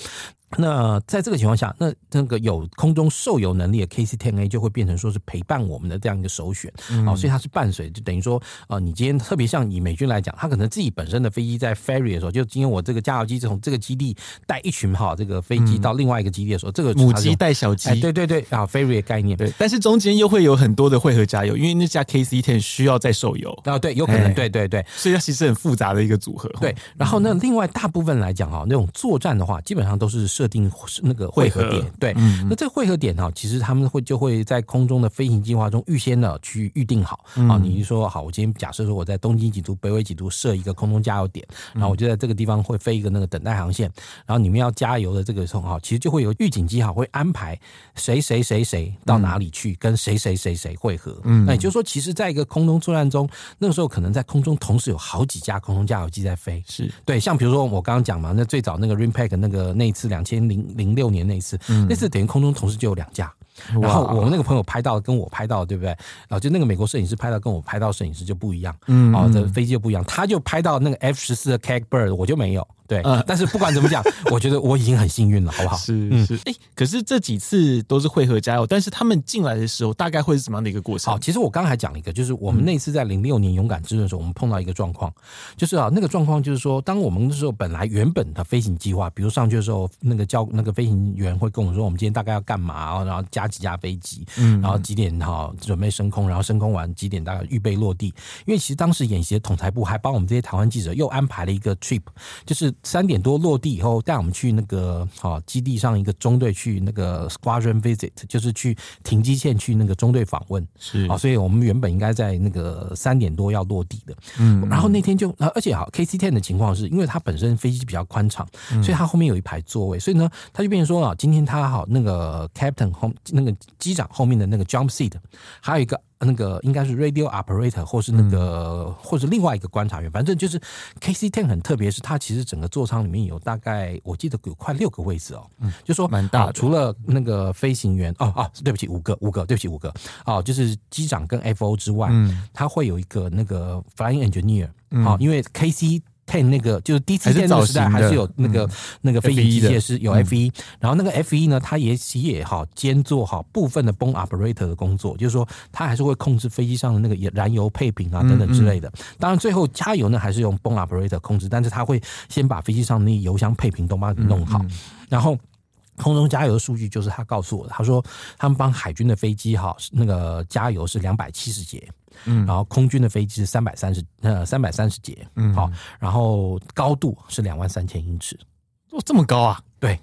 [SPEAKER 2] 那在这个情况下，那那个有空中受油能力的 KC Ten A 就会变成说是陪伴我们的这样一个首选，
[SPEAKER 1] 嗯
[SPEAKER 2] 哦，所以它是伴随，就等于说，呃，你今天特别像以美军来讲，他可能自己本身的飞机在 ferry 的时候，就今天我这个加油机从这个基地带一群哈这个飞机到另外一个基地的时候，这个
[SPEAKER 1] 嗯母
[SPEAKER 2] 它是
[SPEAKER 1] 鸡
[SPEAKER 2] 用
[SPEAKER 1] 带小鸡，
[SPEAKER 2] 哎，对对对啊，ferry 的概念，
[SPEAKER 1] 对，但是中间又会有很多的汇合加油，因为那架 KC Ten 需要再受油，
[SPEAKER 2] 啊对，有可能
[SPEAKER 1] 哎，哦
[SPEAKER 2] 对对对，
[SPEAKER 1] 所以它其实很复杂的一个组合。
[SPEAKER 2] 对，，然后呢，另外大部分来讲哈，那种作战的话，基本上都是设定那个汇合
[SPEAKER 1] 汇
[SPEAKER 2] 点嗯
[SPEAKER 1] 合。
[SPEAKER 2] 对，那这个汇合点哈，其实他们会就会在空中的飞行计划中预先的去预定好啊。你就说好，我今天假设说我在东京几度、北纬几度设一个空中加油点，然后我就在这个地方会飞一个那个等待航线，然后你们要加油的这个时候哈，其实就会有预警机哈会安排谁谁谁谁到哪里去，跟谁谁谁谁汇合。嗯，那也就是说，其实在一个空中作战中，那个时候可能在空中同时有好几架空中加油机在飞。
[SPEAKER 1] *laughs* 是
[SPEAKER 2] 对，像比如说我刚刚讲嘛，那最早那个 Rimpack 那个那一次两千零零六年那一次，那次等于空中同时就有两架。然后我们那个朋友拍到的跟我拍到的，对不对？啊，就那个美国摄影师拍到跟我拍到的摄影师就不一样，嗯，哦，这飞机就不一样，他就拍到那个 F 十四的 c a g Bird，我就没有，对。
[SPEAKER 1] 嗯
[SPEAKER 2] 但是不管怎么讲， *laughs* 我觉得我已经很幸运了，好不好？
[SPEAKER 1] 是是，哎、可是这几次都是汇合加油，但是他们进来的时候大概会是怎么样的一个过程？嗯
[SPEAKER 2] 好，其实我刚才讲了一个，就是我们那次在零六年勇敢之盾的时候，我们碰到一个状况，就是啊，那个状况就是说，当我们那时候本来原本的飞行计划，比如上去的时候，那个教那个飞行员会跟我们说，我们今天大概要干嘛，啊然后加几架飞机，
[SPEAKER 1] 嗯
[SPEAKER 2] 然后几点哈准备升空，然后升空完几点大概预备落地。因为其实当时演习的统裁部还帮我们这些台湾记者又安排了一个 trip，就是三点多落地以后，带我们去那个啊基地上一个中队去那个 squadron visit，就是去停机线去那个中队访问。
[SPEAKER 1] 是
[SPEAKER 2] 啊，所以我们原本应该在那个三点多要落地的，嗯，然后那天就，呃而且好，KC Ten 的情况是因为它本身飞机比较宽敞，
[SPEAKER 1] 嗯
[SPEAKER 2] 所以它后面有一排座位，所以呢，它就变成说啊，今天它好那个 Captain 后那个机长后面的那个 Jump Seat，还有一个。那个应该是 radio operator，或是那个，
[SPEAKER 1] 嗯
[SPEAKER 2] 或是另外一个观察员，反正就是 KC Ten 很特别，是它其实整个座舱里面有大概我记得有快六个位置哦，就说
[SPEAKER 1] 嗯蛮大
[SPEAKER 2] 啊
[SPEAKER 1] 的
[SPEAKER 2] 除了那个飞行员，哦哦，对不起，五个，五个，对不起，五个，哦，就是机长跟 FO 之外，
[SPEAKER 1] 嗯
[SPEAKER 2] 他会有一个那个 flying engineer，好、因为 KC。Ten 那个就是 D C
[SPEAKER 1] 还是
[SPEAKER 2] Ten 那
[SPEAKER 1] 造
[SPEAKER 2] 个时代
[SPEAKER 1] 型的
[SPEAKER 2] 还是有那个、那个飞行
[SPEAKER 1] F1
[SPEAKER 2] 机
[SPEAKER 1] 的
[SPEAKER 2] 械师有嗯 F E 嗯一、然后那个 F 一呢，他也也好兼做好部分的 b o n operator 的工作，就是说他还是会控制飞机上的那个燃油配比啊等等之类的。当然最后加油呢还是用 b o n operator 控制，但是他会先把飞机上那油箱配平都帮你弄好，然后。空中加油的数据就是他告诉我的，他说他们帮海军的飞机哈，那个加油是两百七十节，嗯，然后空军的飞机是三百三十呃三百三十节，嗯，好，然后高度是两万三千英尺，
[SPEAKER 1] 哦，这么高啊？
[SPEAKER 2] 对，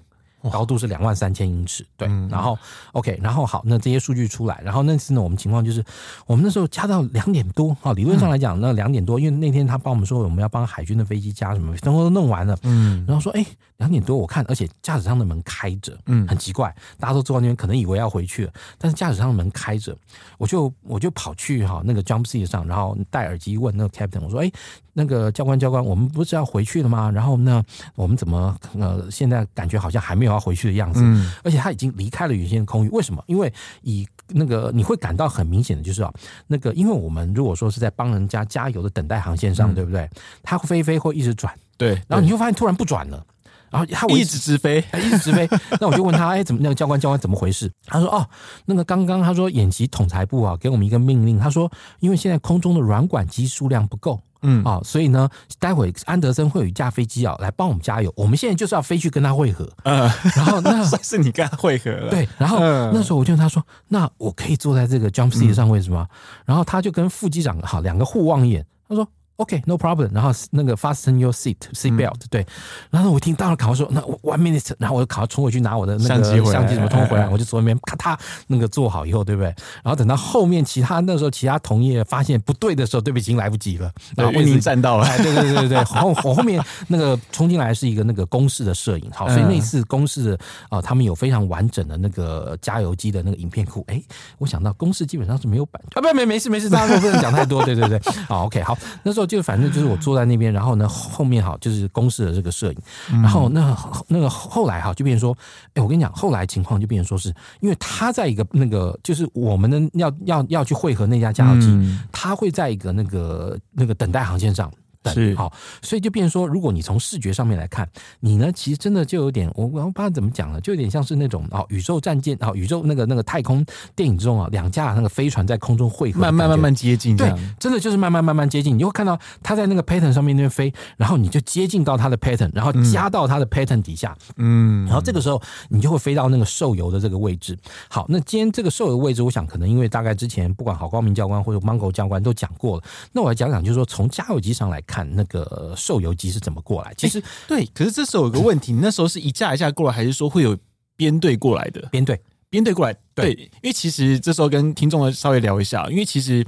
[SPEAKER 2] 高度是两万三千英尺，对。
[SPEAKER 1] 嗯
[SPEAKER 2] 然后 OK，然后好，那这些数据出来，然后那次呢，我们情况就是我们那时候加到两点多，哈，理论上来
[SPEAKER 1] 嗯
[SPEAKER 2] 讲，那两点多，因为那天他帮我们说我们要帮海军的飞机加什么，全部都弄完了，
[SPEAKER 1] 嗯
[SPEAKER 2] 然后说，哎、两点多我看，而且驾驶舱的门开着，
[SPEAKER 1] 嗯
[SPEAKER 2] 很奇怪，大家都坐在那边，可能以为要回去了，但是驾驶舱的门开着，我就我就跑去哈那个 jump seat 上，然后戴耳机问那个 captain，我说，哎、那个教官教官，我们不是要回去了吗？然后呢，我们怎么呃现在感觉好像还没有要回去的样子？
[SPEAKER 1] 嗯
[SPEAKER 2] 而且他已经离开了原先的空域。为什么？因为以那个你会感到很明显的就是啊，那个因为我们如果说是在帮人家加油的等待航线
[SPEAKER 1] 嗯
[SPEAKER 2] 上，对不对？它飞一飞会一直转，
[SPEAKER 1] 对，
[SPEAKER 2] 然后你就发现突然不转了，然后它
[SPEAKER 1] 啊一
[SPEAKER 2] 维
[SPEAKER 1] 直
[SPEAKER 2] 持
[SPEAKER 1] 直飞，
[SPEAKER 2] 一直直飞。那我就问他，哎，怎么那个教官教官怎么回事？他说，哦，那个刚刚他说演习统裁部啊给我们一个命令，他说因为现在空中的软管机数量不够。
[SPEAKER 1] 嗯
[SPEAKER 2] 啊、所以呢，待会安德森会有一架飞机啊、来帮我们加油。我们现在就是要飞去跟他会合，
[SPEAKER 1] 呃，
[SPEAKER 2] 然后那
[SPEAKER 1] *laughs* 算是你跟他汇合了，，
[SPEAKER 2] 对，然后
[SPEAKER 1] 嗯
[SPEAKER 2] 那时候我就问他说：“那我可以坐在这个 jump seat 上位置吗？”然后他就跟副机长好两个互望一眼，他说：“OK，no、problem。”然后那个 fasten your seat
[SPEAKER 1] 嗯
[SPEAKER 2] seat belt、对，然后我听到了卡说：“那我 one minute。”然后我就卡冲回去拿我的那
[SPEAKER 1] 相
[SPEAKER 2] 个
[SPEAKER 1] 机回来
[SPEAKER 2] 相机什么通回
[SPEAKER 1] 哎哎
[SPEAKER 2] 来，
[SPEAKER 1] 哎
[SPEAKER 2] 我就坐那边咔嚓那个做好以后，对不对？然后等到后面其他那时候其他同业发现不对的时候，对不起，已经来不及了，然后
[SPEAKER 1] 为
[SPEAKER 2] 位置
[SPEAKER 1] 您站到了，
[SPEAKER 2] 哎，对对对对 *laughs* 对，后我后面那个冲进来是一个那个公式的摄影，好，所以
[SPEAKER 1] 嗯
[SPEAKER 2] 那次公式的啊、呃他们有非常完整的那个加油机的那个影片库。哎，我想到公式基本上是没有版权啊，不没没事没事，大家 *laughs* 都不能讲太多，对对对，好 OK 好，那时候就反正就是我坐在那边，然后呢后面好就是公式的这个摄影，然后那那个后来哈就变成说，哎，我跟你讲，后来情况就变成说是因为他在一个那个就是我们的要要要去汇合那家加油机，
[SPEAKER 1] 嗯
[SPEAKER 2] 它会在一个那个那个等待航线上。
[SPEAKER 1] 是
[SPEAKER 2] 等好，所以就变成说，如果你从视觉上面来看，你呢其实真的就有点，我我不知道怎么讲了，就有点像是那种哦宇宙战舰哦宇宙那个那个太空电影中啊两架那个飞船在空中汇合，
[SPEAKER 1] 慢慢慢慢接近这
[SPEAKER 2] 对
[SPEAKER 1] 样，，
[SPEAKER 2] 真的就是慢慢慢慢接近，你就会看到它在那个 pattern 上面那边飞，然后你就接近到它的 pattern，然后加到它的 pattern 底下，
[SPEAKER 1] 嗯
[SPEAKER 2] 然后这个时候你就会飞到那个受油的这个位置。好，那今天这个受油位置，我想可能因为大概之前不管郝光明教官或者 Mango 教官都讲过了，那我来讲讲，就是说从加油机上来看，那个受油机是怎么过来。其实
[SPEAKER 1] 对，可是这时候有个问题，你那时候是一架一架过来，还是说会有编队过来的？
[SPEAKER 2] 编队，
[SPEAKER 1] 编队过来，对，因为其实这时候跟听众稍微聊一下，因为其实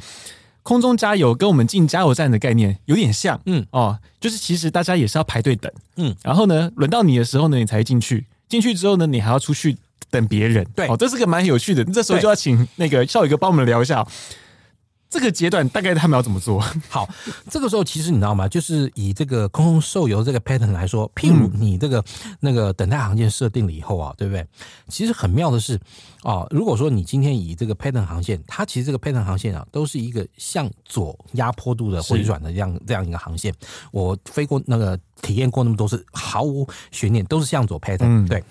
[SPEAKER 1] 空中加油跟我们进加油站的概念有点像，
[SPEAKER 2] 嗯
[SPEAKER 1] 哦，就是其实大家也是要排队等，
[SPEAKER 2] 嗯，
[SPEAKER 1] 然后呢，轮到你的时候呢，你才进去，进去之后呢，你还要出去等别人，
[SPEAKER 2] 对
[SPEAKER 1] 哦，这是个蛮有趣的，这时候
[SPEAKER 2] 对
[SPEAKER 1] 就要请那个少宇哥帮我们聊一下。这个阶段大概他们要怎么做？
[SPEAKER 2] 好，这个时候其实你知道吗？就是以这个空中受油这个 pattern 来说，譬如你这个那个等待航线设定了以后啊，对不对？其实很妙的是，哦，如果说你今天以这个 pattern 航线，它其实这个 pattern 航线啊，都是一个向左压坡度的回转的这样这样一个航线。我飞过那个体验过那么多次，毫无悬念，都是向左 pattern、
[SPEAKER 1] 嗯
[SPEAKER 2] 对。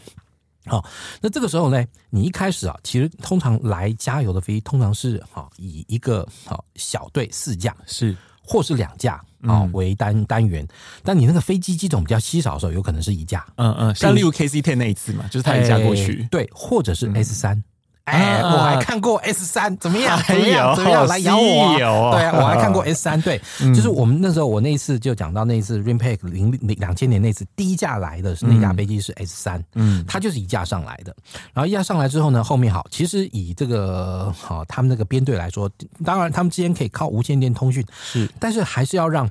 [SPEAKER 2] 好、那这个时候呢，你一开始啊，其实通常来加油的飞机通常是好、以一个好、小队四架，
[SPEAKER 1] *laughs* 是
[SPEAKER 2] 或是两架
[SPEAKER 1] 嗯
[SPEAKER 2] 啊、为单单元，但你那个飞机机种比较稀少的时候，有可能是一架，
[SPEAKER 1] 嗯嗯，像例如 KC Ten 那一次嘛，就是他也加过去，嗯
[SPEAKER 2] 哎对，或者是 S 三、哎，
[SPEAKER 1] 啊
[SPEAKER 2] 我还看过 S 三，怎么样？
[SPEAKER 1] 哎
[SPEAKER 2] 怎
[SPEAKER 1] 呦
[SPEAKER 2] 么样？怎么样？来咬我
[SPEAKER 1] 稀有嗯哦
[SPEAKER 2] 啊！对啊，我还看过 S
[SPEAKER 1] *laughs*
[SPEAKER 2] 三，对，就是我们那时候，我那一次就讲到那一次 r i m p a c 零零两千年那次第一架来的是那架飞机是 S 三，
[SPEAKER 1] 嗯
[SPEAKER 2] 嗯，它就是一架上来的。然后一架上来之后呢，后面好，其实以这个好、他们那个编队来说，当然他们之间可以靠无线电通讯，
[SPEAKER 1] 是
[SPEAKER 2] 但是还是要让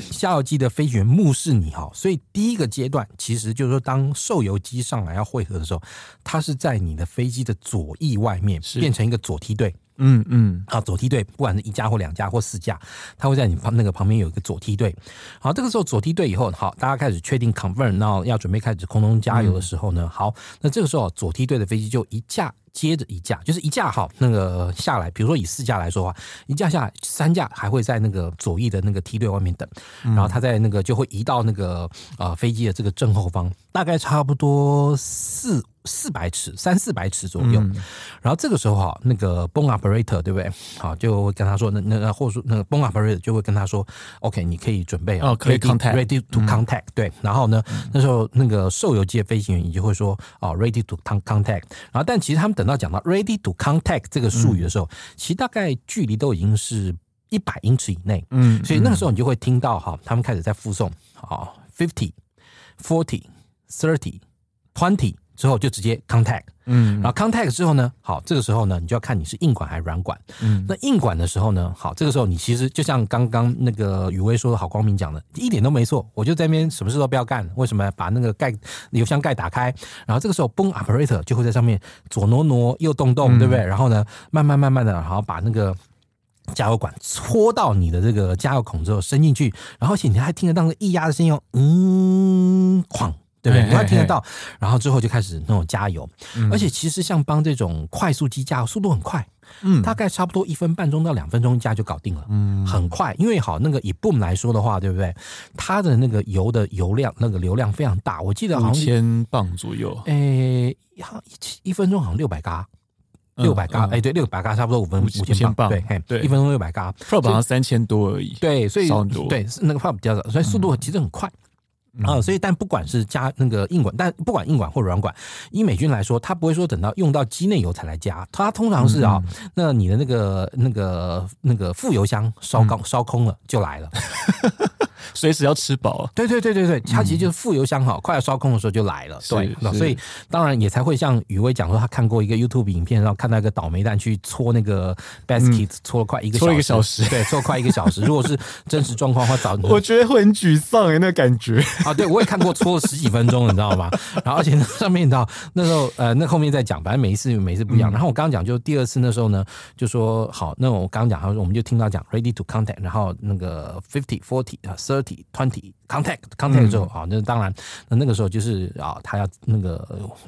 [SPEAKER 2] 下游机的飞行员目视你哈。所以第一个阶段，其实就是说，当受油机上来要汇合的时候，它是在你的飞机的左翼外面
[SPEAKER 1] 是
[SPEAKER 2] 变成一个左梯队
[SPEAKER 1] 嗯嗯，
[SPEAKER 2] 啊，左梯队，不管是一架或两架或四架，它会在你旁那个旁边有一个左梯队。好，这个时候左梯队以后，好，大家开始确定 confirm，然后要准备开始空中加油的时候呢，好，那这个时候左梯队的飞机就一架。接着一架，就是一架好那个下来，比如说以四架来说啊，一架下来，三架还会在那个左翼的那个梯队外面等，
[SPEAKER 1] 嗯
[SPEAKER 2] 然后他在那个就会移到那个呃飞机的这个正后方，大概差不多四四百尺，三四百尺左右。
[SPEAKER 1] 嗯
[SPEAKER 2] 然后这个时候哈，那个 b o n operator 对不对？好，就会跟他说，那那那或者说那个 b o n operator 就会跟他说，OK，你可以准备啊
[SPEAKER 1] 哦可以
[SPEAKER 2] ready-
[SPEAKER 1] contact
[SPEAKER 2] ready to contact、对，然后呢，
[SPEAKER 1] 嗯
[SPEAKER 2] 那时候那个受邮机的飞行员也就会说，哦，ready to con- contact。然后但其实他们等到讲到 ready to contact 这个术语的时
[SPEAKER 1] 嗯
[SPEAKER 2] 候，其实大概距离都已经是一百英尺以内。
[SPEAKER 1] 嗯
[SPEAKER 2] 所以那个时候你就会听到哈，他们开始在附送啊，fifty、forty、thirty、twenty，之后就直接 contact，
[SPEAKER 1] 嗯
[SPEAKER 2] 然后 contact 之后呢，好，这个时候呢，你就要看你是硬管还是软管。
[SPEAKER 1] 嗯
[SPEAKER 2] 那硬管的时候呢，好，这个时候你其实就像刚刚那个雨薇说的好光明讲的，一点都没错。我就在那边什么事都不要干，为什么把那个盖邮箱盖打开？然后这个时候崩 operator 就会在上面左挪挪右动动，
[SPEAKER 1] 嗯
[SPEAKER 2] 对不对？然后呢，慢慢慢慢的，然后把那个。加油管戳到你的这个加油孔之后伸进去，然后而且你还听得到那个液压的声音哦，嗯，哐，对不对？
[SPEAKER 1] 嘿
[SPEAKER 2] 你还听
[SPEAKER 1] 嘿
[SPEAKER 2] 得
[SPEAKER 1] 嘿
[SPEAKER 2] 到，然后之后就开始那种加油，而且其实像帮这种快速机加油速度很快，
[SPEAKER 1] 嗯
[SPEAKER 2] 大概差不多一分半钟到两分钟一加就搞定了，
[SPEAKER 1] 嗯
[SPEAKER 2] 很快。因为好那个以 boom 来说的话，对不对？它的那个油的油量那个流量非常大，我记得
[SPEAKER 1] 五
[SPEAKER 2] 好像
[SPEAKER 1] 千磅左右，
[SPEAKER 2] 诶，好一一分钟好像六百嘎。
[SPEAKER 1] 嗯
[SPEAKER 2] 六百嘎，
[SPEAKER 1] 嗯
[SPEAKER 2] 哎，对，六百嘎差不多五分
[SPEAKER 1] 五
[SPEAKER 2] 五
[SPEAKER 1] 千
[SPEAKER 2] 千
[SPEAKER 1] 磅
[SPEAKER 2] 磅，对，嘿
[SPEAKER 1] 对
[SPEAKER 2] 一分钟六百嘎，
[SPEAKER 1] p r o 好像三千多而已。
[SPEAKER 2] 对，所以
[SPEAKER 1] 少很多嗯
[SPEAKER 2] 对是那个 p 比较少，所以速度其实很快。啊、所以但不管是加那个硬管，但不管硬管或软管，以美军来说，它不会说等到用到机内油才来加，它通常是啊、
[SPEAKER 1] 嗯
[SPEAKER 2] 那你的那个那个那个副油箱
[SPEAKER 1] 嗯
[SPEAKER 2] 烧高烧空了就
[SPEAKER 1] *laughs*
[SPEAKER 2] 来了。
[SPEAKER 1] 随时要吃饱。
[SPEAKER 2] 对对对对对，它其实就是副油箱哈，快要烧空的时候就来了。
[SPEAKER 1] 嗯
[SPEAKER 2] 对
[SPEAKER 1] 是，
[SPEAKER 2] 那
[SPEAKER 1] 是
[SPEAKER 2] 所以当然也才会像雨薇讲说，他看过一个 YouTube 影片，然后看到一个倒霉蛋去搓那个 basket，、搓了快一个
[SPEAKER 1] 嗯搓了一个
[SPEAKER 2] 小
[SPEAKER 1] 小时
[SPEAKER 2] 对，搓了快一个小时。如果是真实状况的话，
[SPEAKER 1] *laughs*
[SPEAKER 2] *laughs* 早
[SPEAKER 1] 我觉得会很沮丧哎、那感觉。
[SPEAKER 2] 啊，对我也看过搓了十几分钟，你知道吗？然后而且那上面你知道那时候呃，那后面再讲，反正每一次每一次不一样。然后我刚刚讲，就第二次那时候呢，就说好，那我刚刚讲，他说我们就听到讲 ready to contact，然后那个 fifty forty 啊 thirty twenty contact contact 之后啊，那当然那那个时候就是啊，他要那个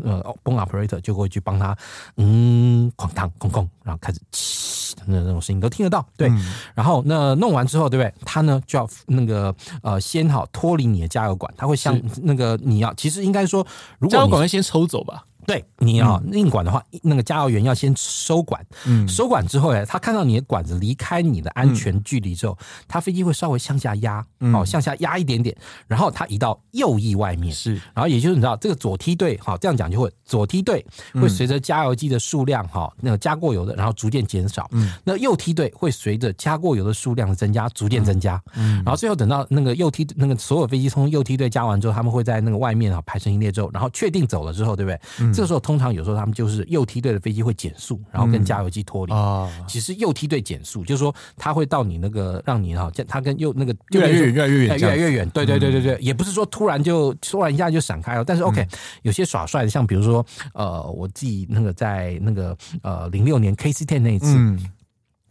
[SPEAKER 2] 呃 b o n operator 就会去帮他嗯哐当哐哐，然后开始嘶那那种声音都听得到，对。然后那弄完之后，对不对？它呢就要那个呃，先好脱离你的加油管，它会像那个你要，其实应该说，如
[SPEAKER 1] 加
[SPEAKER 2] 果
[SPEAKER 1] 油
[SPEAKER 2] 你
[SPEAKER 1] 管会先抽走吧？
[SPEAKER 2] 对你啊、硬管的话，那个加油员要先收管，
[SPEAKER 1] 嗯
[SPEAKER 2] 收管之后呢，他看到你的管子离开你的安全距离之后，他飞机会稍微向下压，
[SPEAKER 1] 嗯
[SPEAKER 2] 哦，向下压一点点，然后它移到右翼外面，
[SPEAKER 1] 是
[SPEAKER 2] 然后也就是你知道这个左梯队，好这样讲就会左梯队
[SPEAKER 1] 嗯
[SPEAKER 2] 会随着加油机的数量哈，那个加过油的，然后逐渐减少。
[SPEAKER 1] 嗯
[SPEAKER 2] 那右梯队会随着加过油的数量的增加，逐渐增加。
[SPEAKER 1] 嗯
[SPEAKER 2] 然后最后等到那个右梯那个所有飞机从右梯队加完之后，他们会在那个外面啊排成一列之后，然后确定走了之后，对不对？
[SPEAKER 1] 嗯
[SPEAKER 2] 这个时候通常有时候他们就是右梯队的飞机会减速，然后跟
[SPEAKER 1] 嗯
[SPEAKER 2] 加油机脱离。
[SPEAKER 1] 啊，
[SPEAKER 2] 其实右梯队减速，就是说它会到你那个让你哈，它跟右那个
[SPEAKER 1] 越来越远，越来越
[SPEAKER 2] 哎
[SPEAKER 1] 远，
[SPEAKER 2] 越来
[SPEAKER 1] 这样嗯
[SPEAKER 2] 越远，对对对对对，也不是说突然就突然一下就闪开了，哦但是 OK，、有些耍帅的，像比如说呃，我自己那个在那个呃零六年 KC Ten 那一次，
[SPEAKER 1] 嗯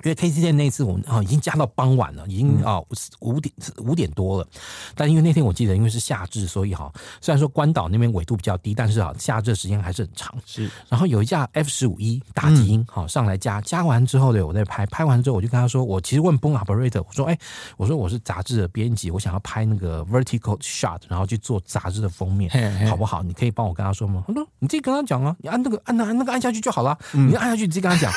[SPEAKER 2] 因为 KC 店那一次我们啊、已经加到傍晚了，已经
[SPEAKER 1] 嗯
[SPEAKER 2] 啊五、点五点多了，但因为那天我记得因为是夏至，所以哈、虽然说关岛那边纬度比较低，但是啊夏至的时间还是很长。
[SPEAKER 1] 是
[SPEAKER 2] 然后有一架 F 十五 E 打击
[SPEAKER 1] 嗯
[SPEAKER 2] 音，好、上来加，加完之后呢，我在拍，拍完之后我就跟他说，我其实问 Boom Operator，我说，哎，我说我是杂志的编辑，我想要拍那个 vertical shot，然后去做杂志的封面
[SPEAKER 1] 嘿，嘿
[SPEAKER 2] 好不好？你可以帮我跟他说吗？他说你自己跟他讲啊，你按那个按那按那个按下去就好了，你按下去你自己
[SPEAKER 1] *laughs*
[SPEAKER 2] 跟他讲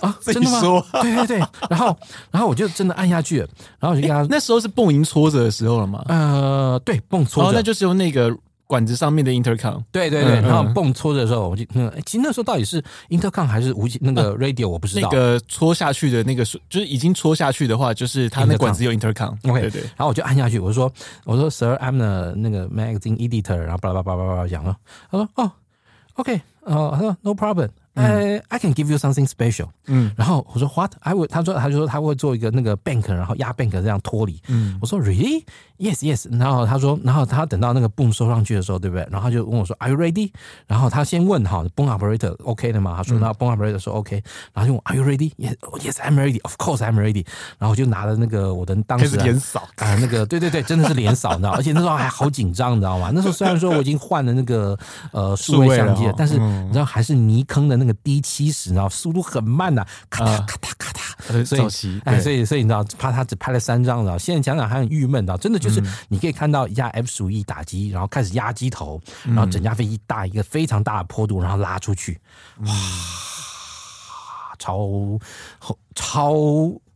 [SPEAKER 2] 啊，
[SPEAKER 1] 嗯自己
[SPEAKER 2] 真的吗
[SPEAKER 1] 说？
[SPEAKER 2] 对对对，然后然后我就真的按下去了，然后我就跟他，
[SPEAKER 1] 那时候是蹦赢搓着的时候了吗？
[SPEAKER 2] 呃，对，蹦
[SPEAKER 1] 然
[SPEAKER 2] 搓
[SPEAKER 1] 后
[SPEAKER 2] 着
[SPEAKER 1] 哦那。就是用那个管子上面的 intercom。
[SPEAKER 2] 对对对，
[SPEAKER 1] 嗯嗯
[SPEAKER 2] 然后蹦搓着的时候，我就嗯，其实那时候到底是 intercom 还是无线那
[SPEAKER 1] 啊
[SPEAKER 2] 个 radio，我不知
[SPEAKER 1] 那
[SPEAKER 2] 道。
[SPEAKER 1] 个戳下去的那个水，就是已经戳下去的话，就是它那
[SPEAKER 2] Intercom
[SPEAKER 1] 管子有 intercom。
[SPEAKER 2] 嗯 OK，
[SPEAKER 1] 对对，
[SPEAKER 2] 然后我就按下去，我就说我说 Sir I'm the 那个 magazine editor，然后巴拉巴拉巴拉巴拉讲了，他说哦 OK，呃，他说 No problem。呃、i can give you something special。
[SPEAKER 1] 嗯
[SPEAKER 2] 然后我说 What？I will。他说，他就说他会做一个那个 bank，然后压 bank 这样脱离。
[SPEAKER 1] 嗯
[SPEAKER 2] 我说 Really？Yes, yes。然后他说，然后他等到那个 boom 收上去的时候，对不对？然后他就问我说 Are you ready？然后他先问哈 boom operator OK 的吗？他
[SPEAKER 1] 嗯
[SPEAKER 2] 说，那 boom operator 说 OK。然后就问 Are you ready？Yes, oh, yes, I'm ready. Of course, I'm ready。然后就拿着那个我的当
[SPEAKER 1] 开
[SPEAKER 2] 时
[SPEAKER 1] 始
[SPEAKER 2] 啊
[SPEAKER 1] 连扫。
[SPEAKER 2] 啊、那个对对对，真的是连扫，你知道，而且那时候还好紧张，你知道吗？那时候虽然说我已经换了那个呃数位相机
[SPEAKER 1] 数位
[SPEAKER 2] 了
[SPEAKER 1] 了，嗯
[SPEAKER 2] 但是你知道还是尼康的那个 D 七十，然后速度很慢呐、咔
[SPEAKER 1] 啊
[SPEAKER 2] 嗒咔嗒咔
[SPEAKER 1] 呃
[SPEAKER 2] 嗒，所
[SPEAKER 1] 早
[SPEAKER 2] 以
[SPEAKER 1] 期
[SPEAKER 2] 哎，
[SPEAKER 1] 对
[SPEAKER 2] 所以所以你知道，怕他只拍了三张，然后现在想想还很郁闷，你知道，真的
[SPEAKER 1] 嗯
[SPEAKER 2] 就是你可以看到一架 F 十一 E 打击，然后开始压机头，然后整架飞
[SPEAKER 1] 嗯
[SPEAKER 2] 机大一个非常大的坡度，然后拉出去，哇，超超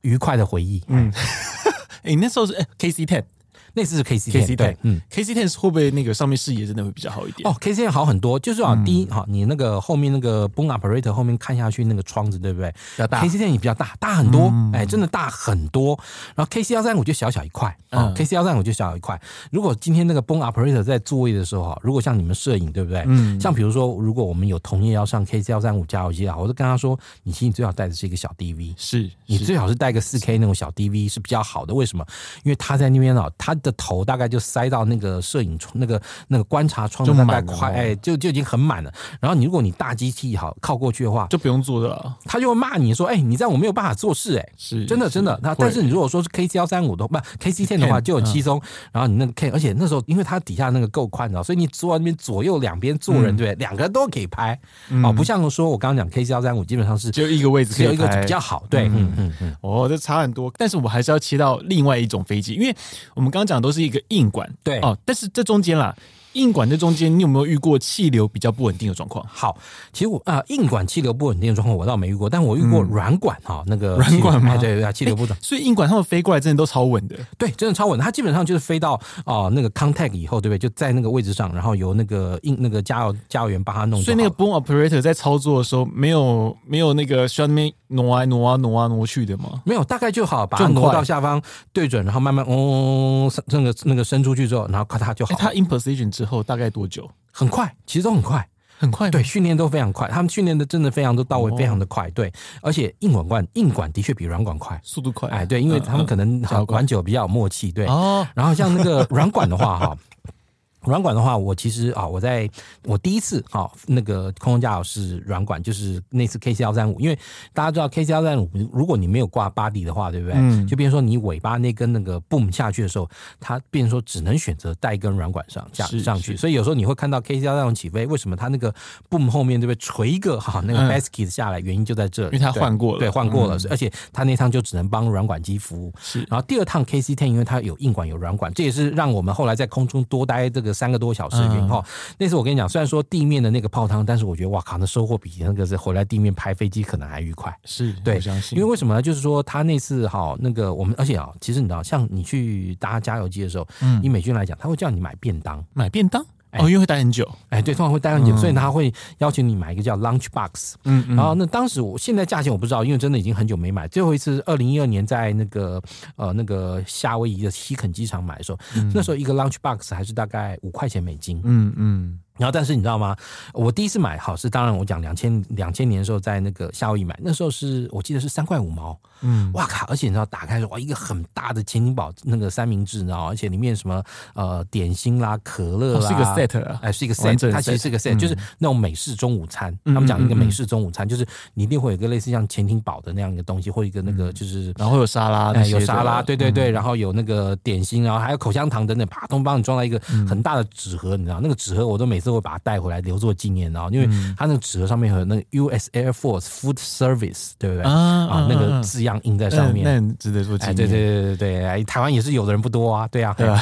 [SPEAKER 2] 愉快的回忆，嗯。
[SPEAKER 1] *laughs* 哎，那时候是 KC Ten
[SPEAKER 2] 那次是
[SPEAKER 1] KC
[SPEAKER 2] KC Ten，
[SPEAKER 1] Ten，
[SPEAKER 2] 对，嗯。
[SPEAKER 1] KC Ten 会不会那个上面视野真的会比较好一点？嗯
[SPEAKER 2] 哦，K C 好很多，就是啊，第一哈，你那个后面那个 boom operator 后面看下去那个窗子，对不对
[SPEAKER 1] 比较大嗯
[SPEAKER 2] k C 店也比较大，大很多，哎、真的大很多。然后 K C 幺三五就小小一块，哦
[SPEAKER 1] 嗯
[SPEAKER 2] k C 幺三五就小小一块。如果今天那个 boom operator 在座位的时候哈，如果像你们摄影，对不对？
[SPEAKER 1] 嗯
[SPEAKER 2] 像比如说，如果我们有同业要上 K C 幺三五加油机啊，我就跟他说，你其实最好带的是一个小 DV，
[SPEAKER 1] 是，
[SPEAKER 2] 你
[SPEAKER 1] 是
[SPEAKER 2] 最好是带个四 K 那种小 DV 是比较好的，为什么？因为他在那边哦，他的头大概就塞到那个摄影窗、那个那个观察窗
[SPEAKER 1] 就
[SPEAKER 2] 的大概
[SPEAKER 1] 满了
[SPEAKER 2] 快，
[SPEAKER 1] 哦
[SPEAKER 2] 哎，就就已经很满了。然后你如果你大机器好靠过去的话，
[SPEAKER 1] 就不用做的了，
[SPEAKER 2] 他就会骂你说，哎，你这样我没有办法做事、哎。
[SPEAKER 1] 是嗯
[SPEAKER 2] 真的真的，那但是你如果说是 K C 幺三五的话，不 K C ten 的话
[SPEAKER 1] Ten，
[SPEAKER 2] 就很轻松。然后你那个 K，而且那时候因为它底下那个够宽啊的，所以你坐在那边左右两边坐
[SPEAKER 1] 嗯
[SPEAKER 2] 人，对不对？两个都可以拍哦，不像说我刚刚讲 K C 幺三五基本上是
[SPEAKER 1] 只有一个位置可
[SPEAKER 2] 只
[SPEAKER 1] 以
[SPEAKER 2] 有一个
[SPEAKER 1] 拍
[SPEAKER 2] 比较好，对，嗯嗯嗯，
[SPEAKER 1] 哦，这差很多。但是我们还是要切到另外一种飞机，因为我们刚刚讲的都是一个硬管，
[SPEAKER 2] 对
[SPEAKER 1] 哦，但是这中间啦，硬管这中间，你有没有遇过气流比较不稳定的状况？
[SPEAKER 2] 好，其实我啊、呃硬管气流不稳定的状况我倒没遇过，但我遇过软管哈、那个
[SPEAKER 1] 嗯软
[SPEAKER 2] 气流
[SPEAKER 1] 管吗
[SPEAKER 2] 哎对对，气流不稳，
[SPEAKER 1] 所以硬管他们飞过来真的都超稳的，
[SPEAKER 2] 对，真的超稳的。它基本上就是飞到哦、那个 contact 以后，对不对？就在那个位置上，然后由那个硬那个加油加油员帮他弄就好了。
[SPEAKER 1] 所以那个 boom operator 在操作的时候，没有没有那个需要那边挪啊挪啊挪啊挪去的吗？
[SPEAKER 2] 没有，大概就好，把
[SPEAKER 1] 就
[SPEAKER 2] 它
[SPEAKER 1] 很
[SPEAKER 2] 挪
[SPEAKER 1] 快
[SPEAKER 2] 到下方对准，然后慢慢嗡嗡嗡嗡嗡那个那个伸出去之后，然后咔嚓就好
[SPEAKER 1] 哎，
[SPEAKER 2] 了，
[SPEAKER 1] 他 in position 之后大概多久？
[SPEAKER 2] 很快，其实都很快。
[SPEAKER 1] 很快吗
[SPEAKER 2] 对，训练都非常快，他们训练的真的非常都到位，
[SPEAKER 1] 哦
[SPEAKER 2] 非常的快。对，而且硬管管硬管的确比软管快。
[SPEAKER 1] 速度快，
[SPEAKER 2] 哎，对，因为他们可
[SPEAKER 1] 能
[SPEAKER 2] 能
[SPEAKER 1] 较快
[SPEAKER 2] 管久比较有默契，对。
[SPEAKER 1] 嗯哦，
[SPEAKER 2] 然后像
[SPEAKER 1] *laughs*
[SPEAKER 2] 那个软管的话，哈。软管的话，我其实啊，我在我第一次哈、那个空中加油是软管，就是那次 KC 幺三五，因为大家知道 KC 幺三五，如果你没有挂 body 的话，对不对？
[SPEAKER 1] 嗯
[SPEAKER 2] 就变成说你尾巴那根那个 boom 下去的时候，它变成说只能选择带一根软管上下
[SPEAKER 1] 是
[SPEAKER 2] 上去，
[SPEAKER 1] 是
[SPEAKER 2] 所以有时候你会看到 KC 幺三五起飞，为什么它那个 boom 后面对不对垂一个哈、那个
[SPEAKER 1] 嗯
[SPEAKER 2] basket 下来，原因就在这
[SPEAKER 1] 因为
[SPEAKER 2] 里，
[SPEAKER 1] 它
[SPEAKER 2] 对
[SPEAKER 1] 换过了嗯
[SPEAKER 2] 对，换过了，而且它那趟就只能帮软管机服务，
[SPEAKER 1] 是
[SPEAKER 2] 然后第二趟 KC Ten，因为它有硬管有软管，这也是让我们后来在空中多待这个三个多小时的
[SPEAKER 1] 嗯
[SPEAKER 2] 原因哈。那次我跟你讲，虽然说地面的那个泡汤，但是我觉得哇靠，那收获比那个是回来地面拍飞机可能还愉快。
[SPEAKER 1] 是，
[SPEAKER 2] 对，
[SPEAKER 1] 我相信，
[SPEAKER 2] 因为为什么呢？就是说他那次哈，那个我们，而且啊，其实你知道，像你去搭加油机的时候，
[SPEAKER 1] 嗯
[SPEAKER 2] 以美军来讲，他会叫你买便当，
[SPEAKER 1] 买便当哦，因为会待很久，
[SPEAKER 2] 哎，对，通常会带上去，所以他会邀请你买一个叫 lunch box，
[SPEAKER 1] 嗯嗯
[SPEAKER 2] 然后那当时我现在价钱我不知道，因为真的已经很久没买。最后一次二零一二年在那个呃那个夏威夷的西肯机场买的时候，那时候一个 lunch box 还是大概五块钱美金。
[SPEAKER 1] 嗯嗯，
[SPEAKER 2] 然后但是你知道吗？我第一次买好是当然我讲两千两千年的时候在那个夏威夷买，那时候是我记得是三块五毛。
[SPEAKER 1] 嗯，
[SPEAKER 2] 哇靠！而且你知道打开的时候哇一个很大的千金宝那个三明治，你知道吗，而且里面什么呃点心啦、可乐
[SPEAKER 1] 哦
[SPEAKER 2] 啦，
[SPEAKER 1] 是一个 set 啊，
[SPEAKER 2] 哎，是一个
[SPEAKER 1] 完整
[SPEAKER 2] set，
[SPEAKER 1] 的
[SPEAKER 2] 它其实
[SPEAKER 1] set，
[SPEAKER 2] 是一个 set，、
[SPEAKER 1] 嗯
[SPEAKER 2] 就是那种美式中午餐。
[SPEAKER 1] 嗯
[SPEAKER 2] 他们讲一个
[SPEAKER 1] 嗯嗯
[SPEAKER 2] 美式中午餐，就是你一定会有一个类似像潜艇堡的那样一个东西，或一个那个就是。
[SPEAKER 1] 然后有沙拉嗯那
[SPEAKER 2] 哎，
[SPEAKER 1] 些的，嗯
[SPEAKER 2] 有沙拉，对对对，然后有那个点心，然后还有口香糖等等，啪，都帮你装到一个
[SPEAKER 1] 嗯
[SPEAKER 2] 很大的纸盒，你知道那个纸盒我都每次会把它带回来留作纪念，然后因为
[SPEAKER 1] 嗯
[SPEAKER 2] 它那个纸盒上面有那个 U.S. Air Force Food Service，对不对？
[SPEAKER 1] 啊
[SPEAKER 2] 啊，那
[SPEAKER 1] 啊啊
[SPEAKER 2] 个字样印在
[SPEAKER 1] 那
[SPEAKER 2] 上面，
[SPEAKER 1] 那很值得做纪
[SPEAKER 2] 哎，
[SPEAKER 1] 念，
[SPEAKER 2] 对对对对对，哎，台湾也是有的人不多啊，对啊，对啊。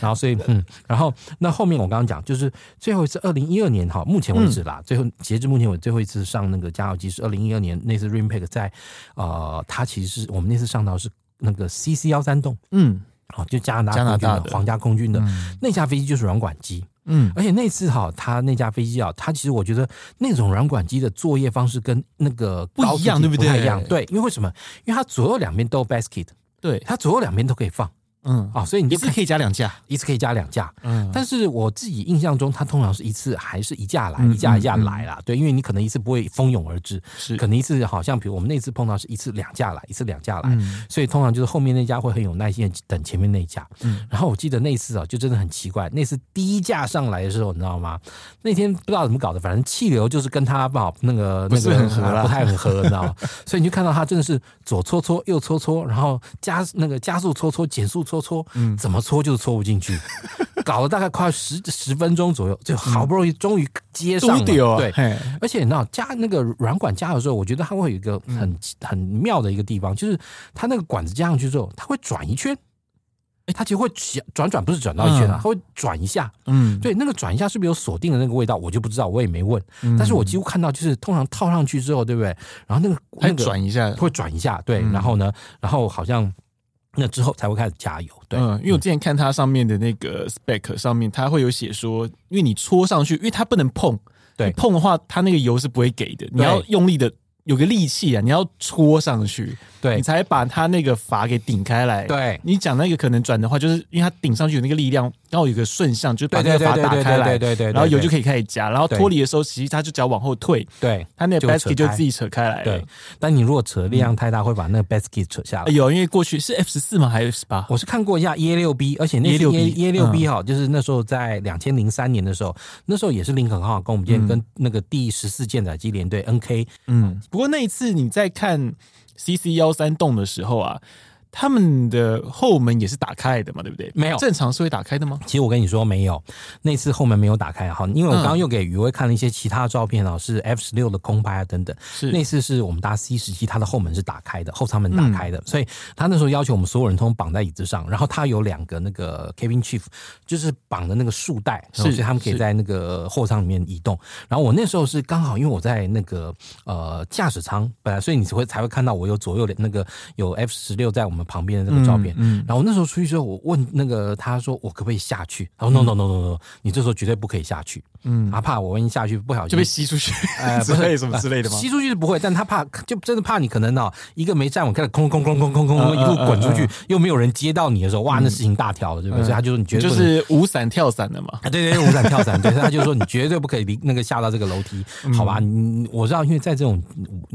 [SPEAKER 2] 然后所以，嗯，然后那后面我刚刚讲，就是最后一次二零一二年哈，目前为止
[SPEAKER 1] 嗯
[SPEAKER 2] 啦，最后截至目前为止最后一次上那个加油机是二零一二年那次 r i m p a c 在呃，它其实是我们那次上到是那个 CC 幺三栋。
[SPEAKER 1] 嗯
[SPEAKER 2] 哦，就加拿
[SPEAKER 1] 加拿
[SPEAKER 2] 大空军
[SPEAKER 1] 大
[SPEAKER 2] 的
[SPEAKER 1] 的
[SPEAKER 2] 皇家空军的、那架飞机就是软管机，
[SPEAKER 1] 嗯，
[SPEAKER 2] 而且那次哈，它那架飞机啊，它其实我觉得那种软管机的作业方式跟那个
[SPEAKER 1] 不
[SPEAKER 2] 高
[SPEAKER 1] 一样
[SPEAKER 2] 级
[SPEAKER 1] 对不
[SPEAKER 2] 不太
[SPEAKER 1] 对
[SPEAKER 2] 一样，对，因为为什么？因为它左右两边都有 basket，
[SPEAKER 1] 对，
[SPEAKER 2] 它左右两边都可以放
[SPEAKER 1] 嗯，
[SPEAKER 2] 啊、所以你
[SPEAKER 1] 一
[SPEAKER 2] 就
[SPEAKER 1] 次
[SPEAKER 2] 可以
[SPEAKER 1] 可以加两架，
[SPEAKER 2] 一次可以加两架。
[SPEAKER 1] 嗯，
[SPEAKER 2] 但是我自己印象中，它通常是一次还是一架来，
[SPEAKER 1] 嗯
[SPEAKER 2] 一架一架
[SPEAKER 1] 嗯嗯
[SPEAKER 2] 来啦。对，因为你可能一次不会蜂拥而至，
[SPEAKER 1] 是
[SPEAKER 2] 可能一次好像比如我们那次碰到是一次两架来，一次两架来，
[SPEAKER 1] 嗯
[SPEAKER 2] 所以通常就是后面那架会很有耐心地等前面那一架。
[SPEAKER 1] 嗯
[SPEAKER 2] 然后我记得那一次啊，就真的很奇怪，那次第一架上来的时候，你知道吗？那天不知道怎么搞的，反正气流就是跟它不好那个
[SPEAKER 1] 不是
[SPEAKER 2] 那个
[SPEAKER 1] 很合啦
[SPEAKER 2] 不太很合，你
[SPEAKER 1] *laughs*
[SPEAKER 2] 知道吗？所以你就看到它真的是左搓搓右搓搓，然后加那个加速搓搓减速搓搓，
[SPEAKER 1] 嗯
[SPEAKER 2] 怎么搓就是搓不进去，搞了大概快十十分钟左右，就好不容易终于接上
[SPEAKER 1] 嘟
[SPEAKER 2] 了，
[SPEAKER 1] 丢啊，
[SPEAKER 2] 对，
[SPEAKER 1] 嘿
[SPEAKER 2] 而且你知道加那个软管加的时候，我觉得它会有一个很、很妙的一个地方，就是它那个管子加上去之后，它会转一圈。哎，它其实会转转转，不是转到一圈啊，
[SPEAKER 1] 嗯
[SPEAKER 2] 它会转一下。
[SPEAKER 1] 嗯，
[SPEAKER 2] 对，那个转一下是不是有锁定的那个味道，我就不知道，我也没问。
[SPEAKER 1] 嗯
[SPEAKER 2] 但是我几乎看到，就是通常套上去之后，对不对？然后那个
[SPEAKER 1] 还
[SPEAKER 2] 那个
[SPEAKER 1] 转一下，
[SPEAKER 2] 会转一下，对。
[SPEAKER 1] 嗯
[SPEAKER 2] 然后呢，然后好像那之后才会开始加油。对，
[SPEAKER 1] 嗯，因为我之前看它上面的那个 spec 上面，它会有写说，因为你戳上去，因为它不能碰，
[SPEAKER 2] 对
[SPEAKER 1] 你碰的话，它那个油是不会给的，你要用力的有个力气啊，你要戳上去，
[SPEAKER 2] 对
[SPEAKER 1] 你才把它那个阀给顶开来。
[SPEAKER 2] 嗯对
[SPEAKER 1] 你讲那个可能转的话，就是因为它顶上去有那个力量，然后有个顺向，就是把
[SPEAKER 2] 对
[SPEAKER 1] 那
[SPEAKER 2] 对
[SPEAKER 1] 个阀
[SPEAKER 2] 对对
[SPEAKER 1] 打
[SPEAKER 2] 对
[SPEAKER 1] 开来
[SPEAKER 2] 对，对对，
[SPEAKER 1] 然后油就可
[SPEAKER 2] 以
[SPEAKER 1] 以开始加，然后
[SPEAKER 2] 对
[SPEAKER 1] 脱离的时候，其实它就只要往后退，
[SPEAKER 2] 对
[SPEAKER 1] 它那个
[SPEAKER 2] 就扯
[SPEAKER 1] basket 就
[SPEAKER 2] 开
[SPEAKER 1] 自己扯开来了
[SPEAKER 2] 对。。但你如果扯力量太大，会把那个 basket 扯下来
[SPEAKER 1] 哎。呦，因为过去是 F 十四吗？还是 F 十八？
[SPEAKER 2] 我是看过一下 E 六 B，而且那
[SPEAKER 1] E6B
[SPEAKER 2] 次 E 耶六
[SPEAKER 1] 嗯
[SPEAKER 2] B 哈，就是那时候在两千零三年的时候，那时候也是林肯号跟我们今天跟那个第十四舰载机联队 NK，
[SPEAKER 1] 嗯，不过那一次你在看 CC 幺三洞的时候啊，他们的后门也是打开的嘛，对不对？
[SPEAKER 2] 没有
[SPEAKER 1] 正常是会打开的吗？
[SPEAKER 2] 其实我跟你说没有，那次后门没有打开哈，因为我刚刚又给余威看了一些其他的照片哦，是 F 十六的空拍啊等等。
[SPEAKER 1] 是
[SPEAKER 2] 那次是我们搭 C 十七，它的后门是打开的，后舱门打开
[SPEAKER 1] 嗯
[SPEAKER 2] 的，所以他那时候要求我们所有人通通绑在椅子上，然后他有两个那个 cabin chief，就是绑的那个束带，
[SPEAKER 1] 是
[SPEAKER 2] 然后所以他们可以
[SPEAKER 1] 是
[SPEAKER 2] 在那个后舱里面移动。然后我那时候是刚好，因为我在那个呃驾驶舱，本来所以你才会才会看到我有左右的那个有 F 十六在我们旁边的这个照片，
[SPEAKER 1] 嗯，
[SPEAKER 2] 然后我那时候出去之后，我问那个他说我可不可以下去？他说 no no no no no，你这时候绝对不可以下去，
[SPEAKER 1] 嗯
[SPEAKER 2] 嗯，他怕我万一下去不小心
[SPEAKER 1] 就被吸出去、
[SPEAKER 2] 呃
[SPEAKER 1] 之
[SPEAKER 2] 不是
[SPEAKER 1] 类什么之类的吗？
[SPEAKER 2] 吸出去是不会，但他怕就真的怕你可能哦，一个没站稳，开始空空空空空空
[SPEAKER 1] 嗯
[SPEAKER 2] 空一路滚出
[SPEAKER 1] 嗯
[SPEAKER 2] 去，又没有人接到你的时候，哇，那事情大条了，对不对？所以他就说你绝对
[SPEAKER 1] 就
[SPEAKER 2] 不能。
[SPEAKER 1] 是五伞跳伞的嘛。
[SPEAKER 2] 啊，对对对，五伞跳伞，对，所以他就说你绝对不可以离那个下到这个楼梯，好吧？你我知道，因为在这种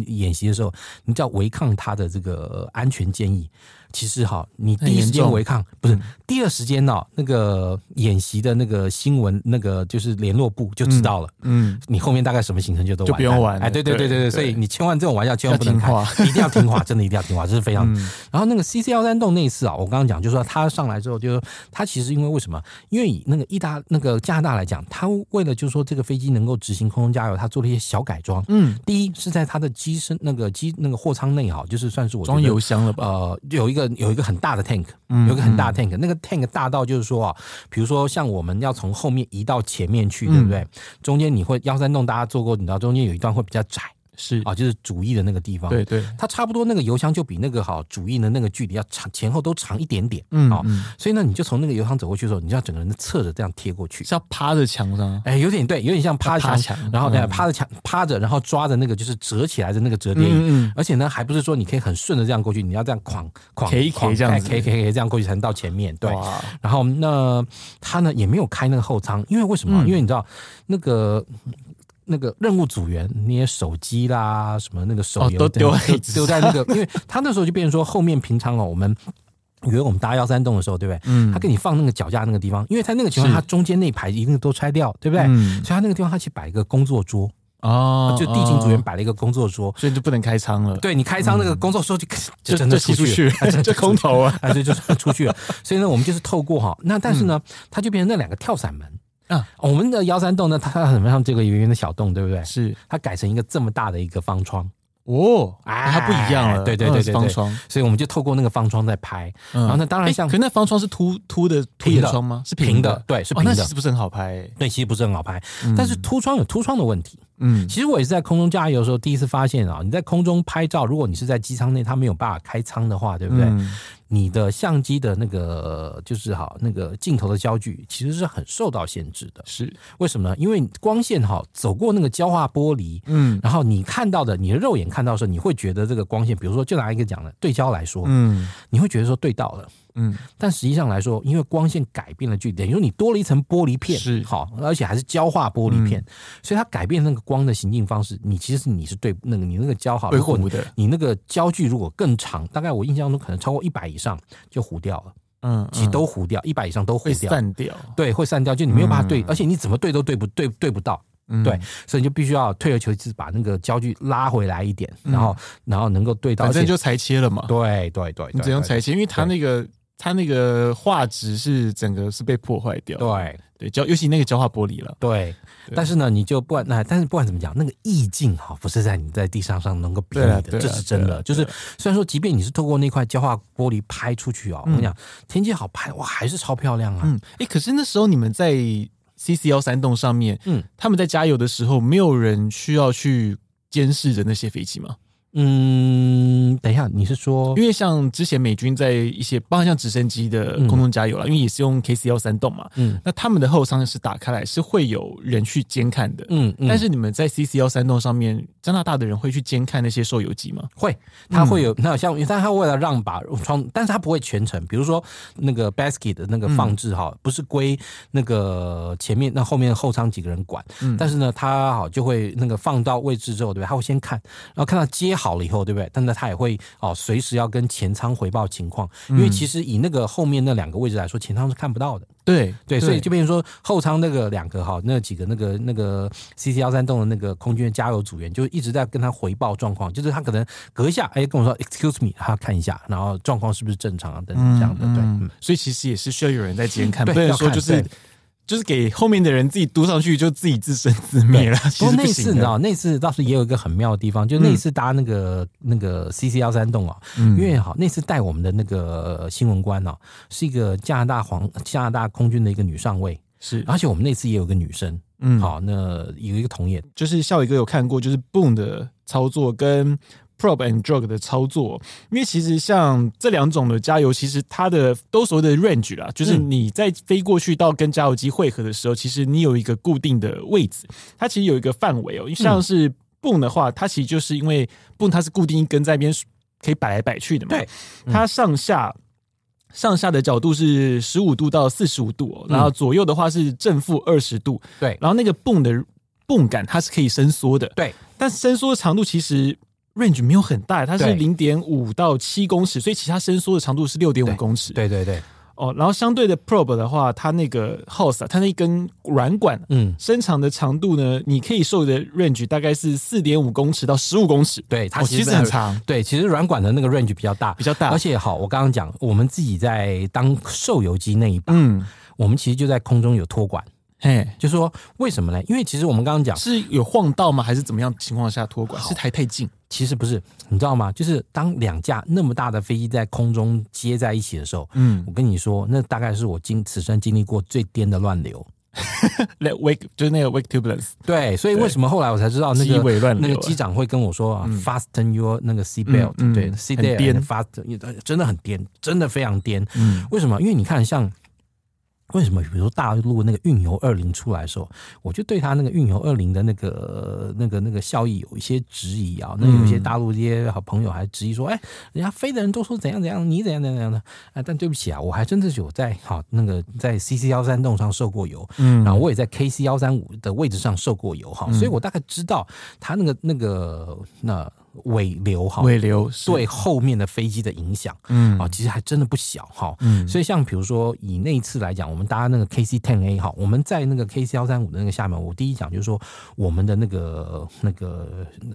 [SPEAKER 2] 演习的时候，你只要违抗他的这个安全建议，其实哈，你第一时间违抗不是，第二时间呢、那个演习的那个新闻那个就是联络部就知道了，
[SPEAKER 1] 嗯，
[SPEAKER 2] 你后面大概什么行程就都完蛋
[SPEAKER 1] 就不用玩了
[SPEAKER 2] 哎，对对对对
[SPEAKER 1] 对
[SPEAKER 2] 对，所以你千万这种玩笑千万不能开
[SPEAKER 1] 要，
[SPEAKER 2] *laughs*
[SPEAKER 1] 嗯
[SPEAKER 2] 一定要听话，真的一定要听话，这是非常。然后那个 C C 幺三洞那一次啊，我刚刚讲就是说他上来之后，就是说他其实因为为什么？因为以那个意大那个加拿大来讲，他为了就是说这个飞机能够执行空中加油，他做了一些小改装。
[SPEAKER 1] 嗯，
[SPEAKER 2] 第一是在它的机身那个机那个货舱内哈，就是算是我觉得
[SPEAKER 1] 装油箱了吧？
[SPEAKER 2] 呃，有一个有一个很大的 tank，有一
[SPEAKER 1] 嗯
[SPEAKER 2] 个很大的 tank，、那个 tank 大到就是说啊，比如说像我们要从后面移到前面
[SPEAKER 1] 嗯
[SPEAKER 2] 去，对不对？中间你会幺三洞大家做过，你知道中间有一段会比较窄
[SPEAKER 1] 是，
[SPEAKER 2] 啊，就是主翼的那个地方。
[SPEAKER 1] 对，对，
[SPEAKER 2] 它差不多那个油箱就比那个好主翼的那个距离要长，前后都长一点点。
[SPEAKER 1] 嗯
[SPEAKER 2] 哦，
[SPEAKER 1] 嗯
[SPEAKER 2] 所以呢，你就从那个油箱走过去的时候，你就要整个人侧着这样贴过去。
[SPEAKER 1] 是要趴着墙上啊。
[SPEAKER 2] 哎，有点对，有点像趴着
[SPEAKER 1] 趴
[SPEAKER 2] 墙
[SPEAKER 1] 墙，
[SPEAKER 2] 然后哎
[SPEAKER 1] 嗯
[SPEAKER 2] 趴着墙趴着，然后抓着那个就是折起来的那个折叠椅，
[SPEAKER 1] 嗯嗯
[SPEAKER 2] 而且呢，还不是说你可以很顺着这样过去，你要这样哐哐
[SPEAKER 1] K K
[SPEAKER 2] 哐
[SPEAKER 1] 这样子哦
[SPEAKER 2] 哎 K K K 这样过去才能到前面。对，
[SPEAKER 1] 哇，
[SPEAKER 2] 然后那他呢也没有开那个后舱，因为为什
[SPEAKER 1] 嗯
[SPEAKER 2] 么？因为你知道那个。那个任务组员捏手机啦，什么那个手
[SPEAKER 1] 哦
[SPEAKER 2] 游
[SPEAKER 1] 都
[SPEAKER 2] 等
[SPEAKER 1] 丢
[SPEAKER 2] 等
[SPEAKER 1] 在椅子
[SPEAKER 2] 丢在那个，因为他那时候就变成说，后面平常哦，我们比如我们搭幺三洞的时候，对不对？嗯，他给你放那个脚架那个地方，因为他那个情况，
[SPEAKER 1] 是
[SPEAKER 2] 他中间那一排一定都拆掉，对不对？
[SPEAKER 1] 嗯
[SPEAKER 2] 所以他那个地方他去摆一个工作桌，
[SPEAKER 1] 哦，
[SPEAKER 2] 就地勤组员
[SPEAKER 1] 哦，
[SPEAKER 2] 摆了一个工作桌。
[SPEAKER 1] 所以就不能开舱了，，
[SPEAKER 2] 对你开仓那个工作桌就
[SPEAKER 1] 就
[SPEAKER 2] 就真的
[SPEAKER 1] 吸出
[SPEAKER 2] 出
[SPEAKER 1] 去
[SPEAKER 2] 了啊， *laughs* 真，的
[SPEAKER 1] 就空投啊。
[SPEAKER 2] 啊，对，就是出去了。所以呢，我们就是透过哈，那但是呢，它就变成那两个跳伞门。
[SPEAKER 1] 嗯
[SPEAKER 2] 哦
[SPEAKER 1] 啊，
[SPEAKER 2] 我们的幺三洞呢，它很像这个圆圆的小洞，对不
[SPEAKER 1] *laughs*
[SPEAKER 2] 对？
[SPEAKER 1] 是
[SPEAKER 2] 它改成一个这么大的一个方窗，
[SPEAKER 1] 哦，
[SPEAKER 2] 哎
[SPEAKER 1] 它不一样了，
[SPEAKER 2] 对对对
[SPEAKER 1] 嗯
[SPEAKER 2] 对
[SPEAKER 1] 是
[SPEAKER 2] 对哎
[SPEAKER 1] 方窗，
[SPEAKER 2] 所以我们就透过那个方窗在拍。
[SPEAKER 1] 嗯
[SPEAKER 2] 然后呢，当然
[SPEAKER 1] 哎
[SPEAKER 2] 像
[SPEAKER 1] 可那方窗是凸凸的凸
[SPEAKER 2] 平
[SPEAKER 1] 眼
[SPEAKER 2] 的
[SPEAKER 1] 窗吗？是
[SPEAKER 2] 平
[SPEAKER 1] 的
[SPEAKER 2] 的，，对，是
[SPEAKER 1] 哦
[SPEAKER 2] 平
[SPEAKER 1] 那
[SPEAKER 2] 的
[SPEAKER 1] 其实。不是很好拍、欸？
[SPEAKER 2] 对，其实不是很好拍，但是凸窗有凸窗的问题。
[SPEAKER 1] 嗯，
[SPEAKER 2] 其实我也是在空中加油的时候第一次发现啊，你在空中拍照，如果你是在机舱内，它没有办法开舱的话，对不对？
[SPEAKER 1] 嗯
[SPEAKER 2] 你的相机的那个就是好那个镜头的焦距其实是很受到限制的。
[SPEAKER 1] 是，
[SPEAKER 2] 为什么呢？因为光线哈走过那个焦化玻璃，
[SPEAKER 1] 嗯
[SPEAKER 2] 然后你看到的，你的肉眼看到的时候，你会觉得这个光线，比如说就拿一个讲的对焦来说，
[SPEAKER 1] 嗯
[SPEAKER 2] 你会觉得说对到了。
[SPEAKER 1] 嗯，
[SPEAKER 2] 但实际上来说，因为光线改变了距离，等于说你多了一层玻璃片，
[SPEAKER 1] 是嗯
[SPEAKER 2] 好，而且还是焦化玻璃片，所以它改变那个光的行进方式。你其实是你是对那个你那个焦好，
[SPEAKER 1] 会
[SPEAKER 2] 如果
[SPEAKER 1] 糊
[SPEAKER 2] 你
[SPEAKER 1] 的，
[SPEAKER 2] 你那个焦距如果更长，大概我印象中可能超过一百以上就糊掉了，
[SPEAKER 1] 嗯，
[SPEAKER 2] 其实
[SPEAKER 1] 嗯
[SPEAKER 2] 都糊掉，一百以上都糊
[SPEAKER 1] 会
[SPEAKER 2] 掉。
[SPEAKER 1] 散掉，
[SPEAKER 2] 对，会散掉，就你没有办法对，
[SPEAKER 1] 嗯
[SPEAKER 2] 而且你怎么对都对不对，对不到，
[SPEAKER 1] 嗯
[SPEAKER 2] 对，所以你就必须要退而求其次，把那个焦距拉回来一点，然后，然后能够对
[SPEAKER 1] 嗯
[SPEAKER 2] 到，
[SPEAKER 1] 反正
[SPEAKER 2] 而且
[SPEAKER 1] 就裁切了嘛，
[SPEAKER 2] 对对对，
[SPEAKER 1] 你
[SPEAKER 2] 对
[SPEAKER 1] 只能
[SPEAKER 2] 对
[SPEAKER 1] 裁切，因为它
[SPEAKER 2] 对
[SPEAKER 1] 那个它那个画质是整个是被破坏掉的，
[SPEAKER 2] 对
[SPEAKER 1] 对，焦尤其那个焦化玻璃了，
[SPEAKER 2] 对，但是呢，你就不管那，但是不管怎么讲，那个意境哈，不是在你在地上上能够比拟
[SPEAKER 1] 对啊
[SPEAKER 2] 的，
[SPEAKER 1] 对啊
[SPEAKER 2] 这是真
[SPEAKER 1] 对啊
[SPEAKER 2] 的。就是
[SPEAKER 1] 对
[SPEAKER 2] 虽然说，即便你是透过那块焦化玻璃拍出去哦，我跟你讲，天气好拍哇，还是超漂亮啊。
[SPEAKER 1] 嗯，哎、可是那时候你们在 CC 幺三栋上面，嗯
[SPEAKER 2] 嗯，
[SPEAKER 1] 他们在加油的时候，没有人需要去监视着那些飞机吗？
[SPEAKER 2] 嗯，等一下，你是说
[SPEAKER 1] 因为像之前美军在一些，包括像直升机的空中加油啦，因为也是用 KC 幺三栋嘛，
[SPEAKER 2] 嗯
[SPEAKER 1] 那他们的后舱是打开来是会有人去监看的，
[SPEAKER 2] 嗯嗯
[SPEAKER 1] 但是你们在 CC 幺三栋上面，加拿大的人会去监看那些受油机吗？
[SPEAKER 2] 会，他会有那像，但他为了让把窗，但是他不会全程。比如说那个 basket 的那个放置哈，不是归那个前面那后面后舱几个人管，但是呢，他好就会那个放到位置之后，对不对？他会先看，然后看到接好了以后，对不对？但是他也会哦，随时要跟前舱回报情况，因为其实以那个后面那两个位置来说，前舱是看不到的。
[SPEAKER 1] 对
[SPEAKER 2] 对，所以就变成说后舱那个两个哈，那几个那个那个 CC 幺三栋的那个空军的加油组员，就一直在跟他回报状况，就是他可能隔一下，哎，跟我说 Excuse me，他看一下，然后状况是不是正常啊等等这样的，对，嗯
[SPEAKER 1] 所以其实也是需要有人在监看，
[SPEAKER 2] 对
[SPEAKER 1] 不能说
[SPEAKER 2] 要
[SPEAKER 1] 就
[SPEAKER 2] 看
[SPEAKER 1] 是
[SPEAKER 2] 对
[SPEAKER 1] 就是给后面的人自己嘟上去就自己自生自灭了。
[SPEAKER 2] 不
[SPEAKER 1] 其
[SPEAKER 2] 过
[SPEAKER 1] 实
[SPEAKER 2] 那
[SPEAKER 1] 行
[SPEAKER 2] 次嗯
[SPEAKER 1] 的
[SPEAKER 2] 你知道，那次倒是也有一个很妙的地方，就那次搭那个、那个 CC 幺三栋啊，因为哈那次带我们的那个呃新闻官哦、是一个加拿大皇加拿大空军的一个女上尉，
[SPEAKER 1] 是
[SPEAKER 2] 而且我们那次也有个女生，嗯，好，那有一个同业，
[SPEAKER 1] 就是笑宇哥有看过，就是 Boom 的操作跟 Probe and Drug 的操作，因为其实像这两种的加油，其实它的都所谓的 range 啦，就是你在飞过去到跟加油机汇合的时候，其实你有一个固定的位置，它其实有一个范围哦。像是 Boom 的话，它其实就是因为 Boom 它是固定一根在那边可以摆来摆去的嘛，
[SPEAKER 2] 对，
[SPEAKER 1] 它上下。上下的角度是十五度到四十五度、哦，然后左右的话是正负二十度，
[SPEAKER 2] 对
[SPEAKER 1] 然后那个泵的泵感它是可以伸缩的，
[SPEAKER 2] 对。
[SPEAKER 1] 但伸缩的长度其实 range 没有很大，它是
[SPEAKER 2] 对
[SPEAKER 1] 零点五到七公尺，所以其实它伸缩的长度是六点五公尺。
[SPEAKER 2] 对对对，
[SPEAKER 1] 哦，然后相对的 probe 的话，它那个 hose 啊，它那一根软管。啊
[SPEAKER 2] 嗯，
[SPEAKER 1] 伸长的长度呢，你可以受的 range 大概是四点五公尺到十五公尺，
[SPEAKER 2] 对，它
[SPEAKER 1] 哦
[SPEAKER 2] 其
[SPEAKER 1] 其
[SPEAKER 2] 实
[SPEAKER 1] 实很长，
[SPEAKER 2] 对，其实软管的那个 range 比较大，
[SPEAKER 1] 比较大
[SPEAKER 2] 而且好，我刚刚讲，我们自己在当受油机那一把，
[SPEAKER 1] 嗯，
[SPEAKER 2] 我们其实就在空中有托管，
[SPEAKER 1] 嘿，
[SPEAKER 2] 就说为什么呢？因为其实我们刚刚讲，
[SPEAKER 1] 是有晃到吗？还是怎么样情况下脱管？是还太近，
[SPEAKER 2] 其实不是，你知道吗？就是当两架那么大的飞机在空中接在一起的时候，
[SPEAKER 1] 嗯，
[SPEAKER 2] 我跟你说，那大概是我经此生经历过最颠的乱流。
[SPEAKER 1] 那 wake 就是那个 wake turbulence，
[SPEAKER 2] 对，所以为什么后来我才知道那
[SPEAKER 1] 机
[SPEAKER 2] 个
[SPEAKER 1] 尾乱流
[SPEAKER 2] 那
[SPEAKER 1] 啊嗯
[SPEAKER 2] 个机长会跟我说、啊 f a s t e n your 那个 seat belt，、
[SPEAKER 1] 嗯嗯
[SPEAKER 2] 对
[SPEAKER 1] 很
[SPEAKER 2] ，seat belt
[SPEAKER 1] 颠
[SPEAKER 2] and fast，真的很颠，真的非常颠。
[SPEAKER 1] 嗯
[SPEAKER 2] 为什么？因为你看像。为什么？比如说大陆那个运油二零出来的时候，我就对它那个运油二零的那个、那个、那个效益有一些质疑啊。那有一些
[SPEAKER 1] 嗯
[SPEAKER 2] 大陆这些好朋友还质疑说：“哎、人家飞的人都说怎样怎样，你怎样怎样怎样的。”啊，但对不起啊，我还真的是有在好那个在 CC 幺三洞上受过油，
[SPEAKER 1] 嗯
[SPEAKER 2] 然后我也在 KC 幺三五的位置上受过油哈，所以我大概知道它那个那个那尾流哈，
[SPEAKER 1] 尾流是
[SPEAKER 2] 对后面的飞机的影响，
[SPEAKER 1] 嗯
[SPEAKER 2] 啊，其实还真的不小哈。
[SPEAKER 1] 嗯
[SPEAKER 2] 所以像比如说以那一次来讲，我们搭那个 KC Ten A 哈，我们在那个 KC 幺三五的那个下面，我第一讲就是说我们的那个那个。那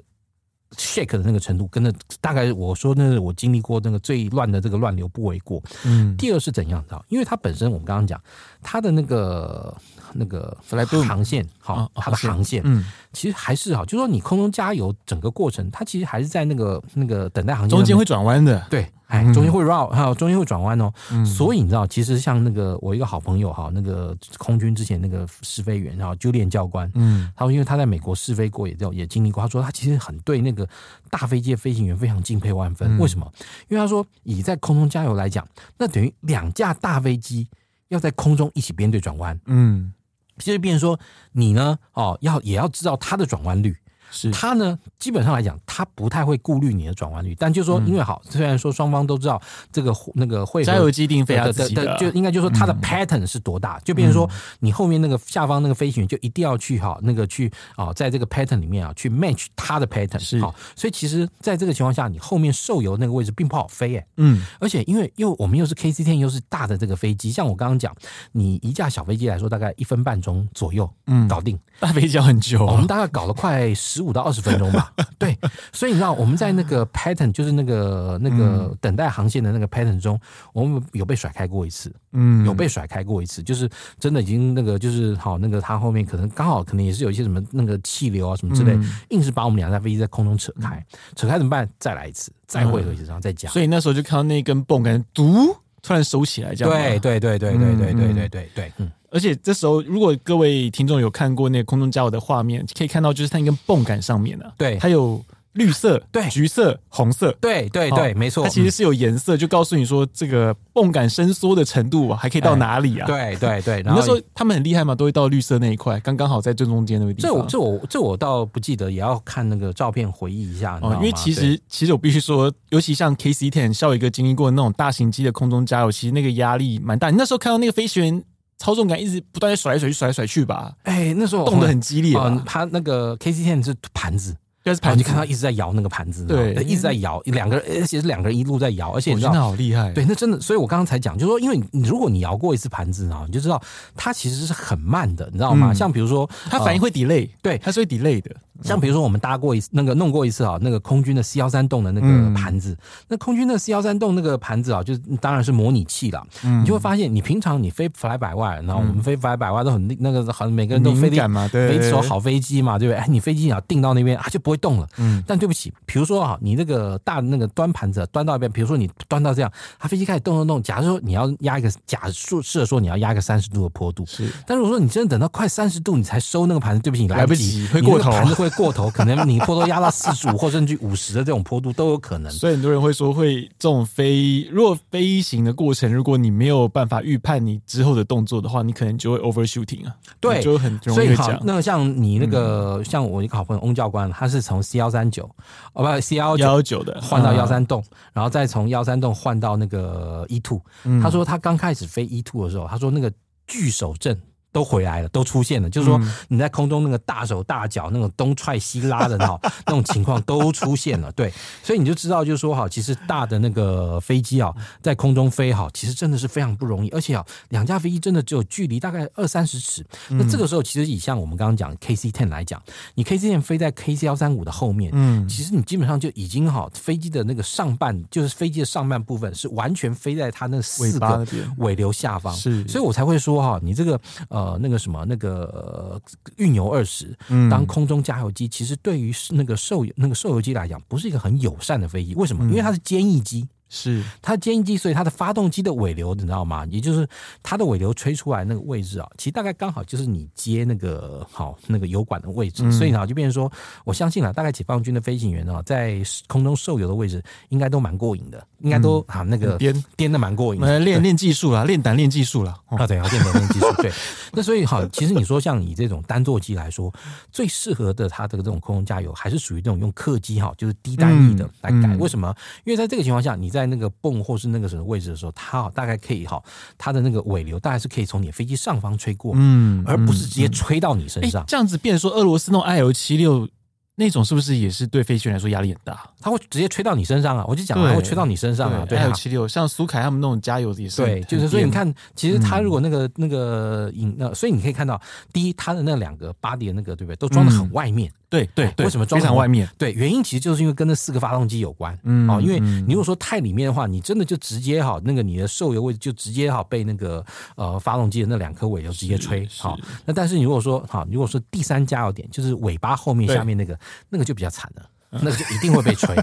[SPEAKER 2] shake 的那个程度，跟那大概我说那是我经历过那个最乱的这个乱流不为过。
[SPEAKER 1] 嗯
[SPEAKER 2] 第二是怎样的？因为它本身我们刚刚讲它的那个那个
[SPEAKER 1] Fly boom
[SPEAKER 2] 航线，
[SPEAKER 1] 哦
[SPEAKER 2] 好，
[SPEAKER 1] 哦
[SPEAKER 2] 它的航线，
[SPEAKER 1] 嗯，
[SPEAKER 2] 其实还是好，就说你空中加油整个过程，它其实还是在那个那个等待航线
[SPEAKER 1] 中间
[SPEAKER 2] 上面
[SPEAKER 1] 会嗯转弯的，
[SPEAKER 2] 对，哎，中间会绕，还有中间会转弯哦。
[SPEAKER 1] 嗯
[SPEAKER 2] 所以你知道，其实像那个我一个好朋友哈，那个空军之前那个试飞员哈，Julian 教官，
[SPEAKER 1] 嗯，
[SPEAKER 2] 他说因为他在美国试飞过，也就也经历过，他说他其实很对那个大飞机的飞行员非常敬佩万
[SPEAKER 1] 嗯
[SPEAKER 2] 分。为什么？因为他说以在空中加油来讲，那等于两架大飞机要在空中一起编队转弯，
[SPEAKER 1] 嗯，
[SPEAKER 2] 就是变成说你呢哦要也要知道它的转弯率。
[SPEAKER 1] 是
[SPEAKER 2] 他呢，基本上来讲，他不太会顾虑你的转弯率，但就是说，因为好，虽然说双方都知道这个那个会合
[SPEAKER 1] *laughs* 嗯加油机定非要
[SPEAKER 2] 的
[SPEAKER 1] 自己的啊，嗯
[SPEAKER 2] 就应该就是说它的 pattern 是多大，就变成说你后面那个下方那个飞行员就一定要去哈那个去啊，在这个 pattern 里面啊去 match 它的 pattern
[SPEAKER 1] 是
[SPEAKER 2] 好，所以其实在这个情况下，你后面受油那个位置并不好飞诶、
[SPEAKER 1] 嗯
[SPEAKER 2] 而且因为又我们又是 KC 天又是大的这个飞机，像我刚刚讲，你一架小飞机来说大概一分半钟左右
[SPEAKER 1] 嗯，
[SPEAKER 2] 搞定。
[SPEAKER 1] 大飞机要很久
[SPEAKER 2] 哦我们
[SPEAKER 1] 哦， *laughs*
[SPEAKER 2] 大概搞了快十五到二十分钟 *laughs* 吧。对，所以你知道我们在那个 pattern，就是那个那个等待航线的那个 pattern 中，我们有被甩开过一次，
[SPEAKER 1] 嗯，
[SPEAKER 2] 有被甩开过一次，就是真的已经那个就是好那个他后面可能刚好可能也是有一些什么那个气流啊什么之类，硬是把我们两架飞机在空中扯开，扯开怎么办？再来一次，再汇合一次，然后再加。
[SPEAKER 1] 所以那时候就看到那根泵，感觉嘟，突然收起来这样。
[SPEAKER 2] 对，对对对对对对对对对，嗯，
[SPEAKER 1] 而且这时候如果各位听众有看过那个空中加油的画面，可以看到就是它那根泵杆上面呢、啊，
[SPEAKER 2] 对
[SPEAKER 1] 它有绿色、
[SPEAKER 2] 对
[SPEAKER 1] 橘色、红色。
[SPEAKER 2] 对对对，没错，
[SPEAKER 1] 它其实是有颜色，就告诉你说这个泵杆伸缩的程度还可以到
[SPEAKER 2] 哎
[SPEAKER 1] 哪里
[SPEAKER 2] 嗯
[SPEAKER 1] 啊？
[SPEAKER 2] 对对对，
[SPEAKER 1] 你
[SPEAKER 2] 然后
[SPEAKER 1] 那时候他们很厉害嘛，都会到绿色那一块，刚刚好在正中间那个地方。
[SPEAKER 2] 这我这我这我倒不记得，也要看那个照片回忆一下，你知
[SPEAKER 1] 哦，
[SPEAKER 2] 道
[SPEAKER 1] 因为
[SPEAKER 2] 吗
[SPEAKER 1] 其
[SPEAKER 2] 对
[SPEAKER 1] 实其实我必须说，尤其像 KC Ten 笑一哥经历过那种大型机的空中加油，其实那个压力蛮大。你那时候看到那个飞行员操纵杆一直不断在甩来甩去、甩来甩去吧，
[SPEAKER 2] 哎那时候我
[SPEAKER 1] 动得很激烈吧，
[SPEAKER 2] 嗯，他那个 K C Ten 是盘子，
[SPEAKER 1] 但是盘
[SPEAKER 2] 然后
[SPEAKER 1] 子
[SPEAKER 2] 就看他一直在摇那个盘子，
[SPEAKER 1] 对
[SPEAKER 2] 你知道吗一直在摇，两个人，而且是两个人一路在摇，而且
[SPEAKER 1] 我
[SPEAKER 2] 你知
[SPEAKER 1] 觉得
[SPEAKER 2] 道
[SPEAKER 1] 那好厉害，
[SPEAKER 2] 对，，那真的，所以我刚刚才讲，就是说，因为你如果你摇过一次盘子啊，你就知道它其实是很慢的，你知道吗？
[SPEAKER 1] 嗯
[SPEAKER 2] 像比如说，
[SPEAKER 1] 他反应会 delay，
[SPEAKER 2] 哦对
[SPEAKER 1] 他是会 delay 的，
[SPEAKER 2] 像比如说我们搭过一次那个弄过一次啊，那个空军的 C 幺三栋的那个
[SPEAKER 1] 嗯
[SPEAKER 2] 盘子，那空军的 C 幺三栋那个盘子啊，就是当然是模拟器了，
[SPEAKER 1] 嗯
[SPEAKER 2] 你就会发现，你平常你飞 Fly 百万，然后我们飞 Fly 百万都很那个很每个人都飞
[SPEAKER 1] 敏
[SPEAKER 2] 得
[SPEAKER 1] 感嘛，对，
[SPEAKER 2] 飞手好飞机嘛，对不对？哎，你飞机啊定到那边啊就不会动了。
[SPEAKER 1] 嗯，
[SPEAKER 2] 但对不起，比如说啊，你那个大那个端盘子啊端到一边，比如说你端到这样，它飞机开始动动动。假如说你要压一个，假设设说你要压一个三十度的坡度，
[SPEAKER 1] 是
[SPEAKER 2] 但如果说你真的等到快三十度你才收那个盘子，对不起，你
[SPEAKER 1] 来
[SPEAKER 2] 不
[SPEAKER 1] 不及，
[SPEAKER 2] 及
[SPEAKER 1] 会过头
[SPEAKER 2] 你那个盘子会过头， *laughs* 可能你坡度压到四十五或甚至五十的这种坡度都有
[SPEAKER 1] *laughs*
[SPEAKER 2] 可能。
[SPEAKER 1] 所以很多人会说，会这种飞，如果飞行的过程，如果你没有办法预判你之后的动作的话，你可能就会 overshooting 啊，
[SPEAKER 2] 对
[SPEAKER 1] 你就会很容
[SPEAKER 2] 所
[SPEAKER 1] 易
[SPEAKER 2] 以
[SPEAKER 1] 会嗯
[SPEAKER 2] 好
[SPEAKER 1] 讲，。
[SPEAKER 2] 那个像你那个、像我一个好朋友翁教官，他是从 C 幺三九哦不 C 幺
[SPEAKER 1] 幺
[SPEAKER 2] 九
[SPEAKER 1] 幺九的
[SPEAKER 2] 换到
[SPEAKER 1] 嗯
[SPEAKER 2] 幺三栋，然后再从幺三栋换到那个一 two、他说他刚开始飞一 two 的时候，他说那个巨手阵都回来了，都出现了，就是说你在空中那个大手大脚那种东踹西拉的哈那种情况都出现了。对，所以你就知道，就是说哈，其实大的那个飞机啊，在空中飞哈，其实真的是非常不容易，而且啊，两架飞机真的只有距离大概二三十尺。
[SPEAKER 1] 嗯
[SPEAKER 2] 那这个时候，其实以像我们刚刚讲 KC ten 来讲，你 KC ten 飞在 KC 幺三五的后面，
[SPEAKER 1] 嗯，
[SPEAKER 2] 其实你基本上就已经哈，飞机的那个上半，就是飞机的上半部分是完全飞在它那四
[SPEAKER 1] 尾巴那
[SPEAKER 2] 个
[SPEAKER 1] 边
[SPEAKER 2] 尾流下方，
[SPEAKER 1] 是
[SPEAKER 2] 所以我才会说哈，你这个呃那个什么那个呃运油二十，
[SPEAKER 1] 嗯
[SPEAKER 2] 当空中加油机，其实对于那个受那个受油机来讲，不是一个很友善的飞机，
[SPEAKER 1] 嗯
[SPEAKER 2] 为什么？因为它是坚翼机。
[SPEAKER 1] 是
[SPEAKER 2] 它是坚翼机，所以它的发动机的尾流，你知道吗？也就是它的尾流吹出来那个位置啊，其实大概刚好就是你接那个好那个油管的位置，
[SPEAKER 1] 嗯
[SPEAKER 2] 所以呢就变成说，我相信了，啊大概解放军的飞行员啊，在空中受油的位置应该都蛮过瘾的，应该都、啊那个
[SPEAKER 1] 嗯很颠
[SPEAKER 2] 颠的蛮过
[SPEAKER 1] 我
[SPEAKER 2] 瘾的
[SPEAKER 1] 们。来练练技术 *laughs* 啦，练胆练技术啦。哦
[SPEAKER 2] 啊，对，要电能跟技术，对。 *laughs* 那所以好，其实你说像以这种单座机来说，最适合的它的这种空中加油，还是属于那种用客机哈，就是低单翼的
[SPEAKER 1] 嗯
[SPEAKER 2] 来改。
[SPEAKER 1] 嗯
[SPEAKER 2] 为什么？因为在这个情况下，你在那个泵或是那个什么位置的时候，它哈大概可以哈，它的那个尾流大概是可以从你飞机上方吹过，
[SPEAKER 1] 嗯
[SPEAKER 2] 而不是直接吹到你身
[SPEAKER 1] 哎
[SPEAKER 2] 上，。
[SPEAKER 1] 这样子变成说俄罗斯那种 IL 七六那种，是不是也是对飞行员来说压力很大？
[SPEAKER 2] 它会直接吹到你身上啊！我就讲了，
[SPEAKER 1] 对
[SPEAKER 2] 它会吹到你身上啊，对啊
[SPEAKER 1] ，IL。七六像苏凯他们那种加油的也是很，
[SPEAKER 2] 对，就是
[SPEAKER 1] 很嗯
[SPEAKER 2] 所以你
[SPEAKER 1] 颠，
[SPEAKER 2] 看，其实它如果那个、那个引那，所以你可以看到，第一，它的那两个 body 的那个，对不对，都装的很
[SPEAKER 1] 嗯
[SPEAKER 2] 外面，
[SPEAKER 1] 对对对，
[SPEAKER 2] 为什么装
[SPEAKER 1] 非常
[SPEAKER 2] 很
[SPEAKER 1] 外面？
[SPEAKER 2] 对，原因其实就是因为跟那四个发动机有关。
[SPEAKER 1] 嗯
[SPEAKER 2] 哦，因为
[SPEAKER 1] 嗯
[SPEAKER 2] 你如果说太里面的话，你真的就直接哈，那个你的受油位置就直接哈被那个呃发动机的那两颗尾油直接吹
[SPEAKER 1] 是
[SPEAKER 2] 好。那但是你如果说哈，如果说第三加油点就是尾巴后面
[SPEAKER 1] 对嗯
[SPEAKER 2] 下面那个，那个就比较惨了，那个就一定会
[SPEAKER 1] *laughs*
[SPEAKER 2] 被吹。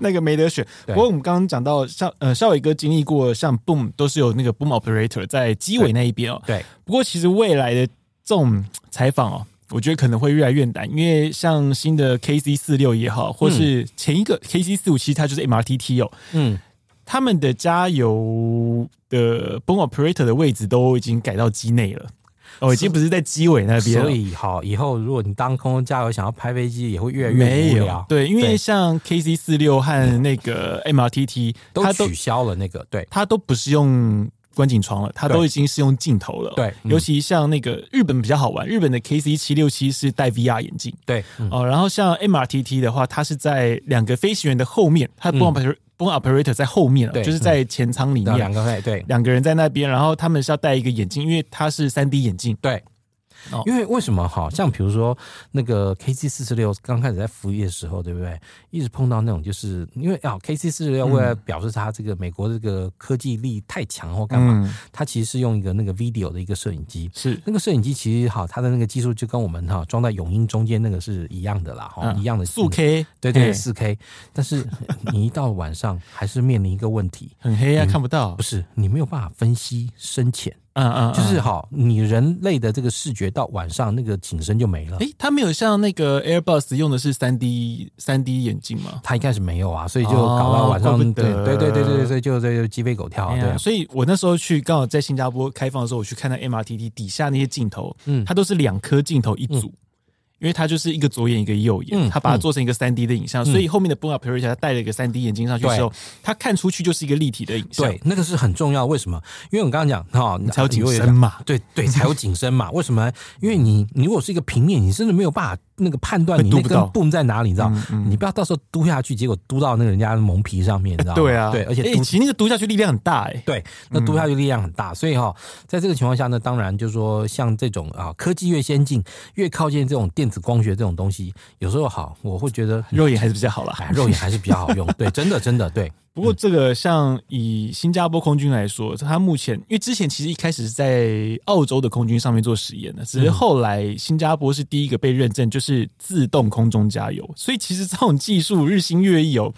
[SPEAKER 1] 那个没得选。
[SPEAKER 2] 对
[SPEAKER 1] 不过我们刚刚讲到，像呃，少伟哥经历过像 boom 都是有那个 boom operator 在机尾那一边哦。
[SPEAKER 2] 对，
[SPEAKER 1] 不过其实未来的这种采访哦，我觉得可能会越来越难，因为像新的 KC 四六也好，或是前一个 KC 四五七，它就是 MRTT 哦，
[SPEAKER 2] 嗯，
[SPEAKER 1] 他们的加油的 boom operator 的位置都已经改到机内了，哦，已经不是在机尾那边了
[SPEAKER 2] 所。以哈，以后如果你当空中加油想要拍飞机，也会越来
[SPEAKER 1] 没
[SPEAKER 2] 越无
[SPEAKER 1] 有
[SPEAKER 2] 聊，。
[SPEAKER 1] 对，因为
[SPEAKER 2] 对
[SPEAKER 1] 像 KC 四六和那
[SPEAKER 2] *laughs*
[SPEAKER 1] 个 MRTT，
[SPEAKER 2] 都
[SPEAKER 1] 它都
[SPEAKER 2] 取消了那个，对
[SPEAKER 1] 它都不是用观景窗了，它
[SPEAKER 2] 对
[SPEAKER 1] 都已经是用镜头了。
[SPEAKER 2] 对嗯
[SPEAKER 1] 尤其像那个日本比较好玩，日本的 KC 七六七是戴 VR 眼镜
[SPEAKER 2] 对，嗯
[SPEAKER 1] 哦，然后像 MRTT 的话，它是在两个飞行员的后面，它的 b o m b o m operator 在后面
[SPEAKER 2] 嗯对
[SPEAKER 1] 了，就是在前舱里
[SPEAKER 2] 嗯那两
[SPEAKER 1] 面，
[SPEAKER 2] 个对对。
[SPEAKER 1] 两个人在那边，然后他们是要戴一个眼镜，因为它是三 D 眼镜。
[SPEAKER 2] 对
[SPEAKER 1] 哦。
[SPEAKER 2] 因为为什么哈？像比如说那个 KC 四十六刚开始在服役的时候，对不对？一直碰到那种就是因为啊，KC 四十
[SPEAKER 1] 嗯
[SPEAKER 2] 六为了表示它这个美国这个科技力太强或干嘛，
[SPEAKER 1] 嗯
[SPEAKER 2] 它其实是用一个那个 video 的一个摄影机。
[SPEAKER 1] 是
[SPEAKER 2] 那个摄影机其实哈，它的那个技术就跟我们哈装在泳鹰中间那个是一样的啦，哈、
[SPEAKER 1] 嗯
[SPEAKER 2] 一样的
[SPEAKER 1] 速 K，
[SPEAKER 2] 对对
[SPEAKER 1] 嘿
[SPEAKER 2] 四 K。但是你一到晚上还是面临一个问题，
[SPEAKER 1] 很黑啊，看不到
[SPEAKER 2] 不。是你没有办法分析深浅。
[SPEAKER 1] 嗯嗯，嗯
[SPEAKER 2] 就是哈，你人类的这个视觉到晚上那个景深就没了。
[SPEAKER 1] 诶，哎它没有像那个 Airbus 用的是三 D 三 D 眼镜吗？
[SPEAKER 2] 他一开始没有啊，所以就搞到晚上，
[SPEAKER 1] 哦怪不
[SPEAKER 2] 对
[SPEAKER 1] 得
[SPEAKER 2] 对对对对对，所以就就就鸡飞狗跳，
[SPEAKER 1] 哎
[SPEAKER 2] 对啊
[SPEAKER 1] 呀，所以我那时候去刚好在新加坡开放的时候，我去看到 MRTT 底下那些镜头，
[SPEAKER 2] 嗯
[SPEAKER 1] 它都是两颗镜头一组。因为它就是一个左眼一个右眼，
[SPEAKER 2] 嗯
[SPEAKER 1] 它把它做成一个三 D 的影像，所以后面的 b o n a p r i t a 它戴了一个三 D 眼镜上去的时候，它看出去就是一个立体的影像，
[SPEAKER 2] 对，那个是很重要。为什么？因为我刚刚讲哈，
[SPEAKER 1] 你才有景
[SPEAKER 2] 你会
[SPEAKER 1] 深嘛，
[SPEAKER 2] 对对，才有景深嘛。为什么？因为你你如果是一个平面，你真的没有办法那个判断
[SPEAKER 1] 会
[SPEAKER 2] 你
[SPEAKER 1] 嘟
[SPEAKER 2] 那
[SPEAKER 1] 不
[SPEAKER 2] 根
[SPEAKER 1] 到嗯
[SPEAKER 2] boom 在哪里，你知道？你不要到时候嘟下去，结果嘟到那个人家的蒙皮上面，你知道吗？
[SPEAKER 1] 对啊，
[SPEAKER 2] 对，而且
[SPEAKER 1] 诶
[SPEAKER 2] 嘟
[SPEAKER 1] 其实那个读下去力量很大哎、诶
[SPEAKER 2] 对，那毒下去力量很大，所以哈、在这个情况下呢，当然就是说，像这种啊，科技越先进，越靠近这种电子光学这种东西，有时候好，我会觉得，
[SPEAKER 1] 肉眼还是比较好啦。
[SPEAKER 2] 哎，嗯肉眼还是比较好用，对，真的，真的，对，
[SPEAKER 1] 不过这个像以新加坡空军来说，它目前因为之前其实一开始是在澳洲的空军上面做实验的，只是后来新加坡是第一个被认证就是自动空中加油，
[SPEAKER 2] 嗯
[SPEAKER 1] 所以其实这种技术日新月异哦。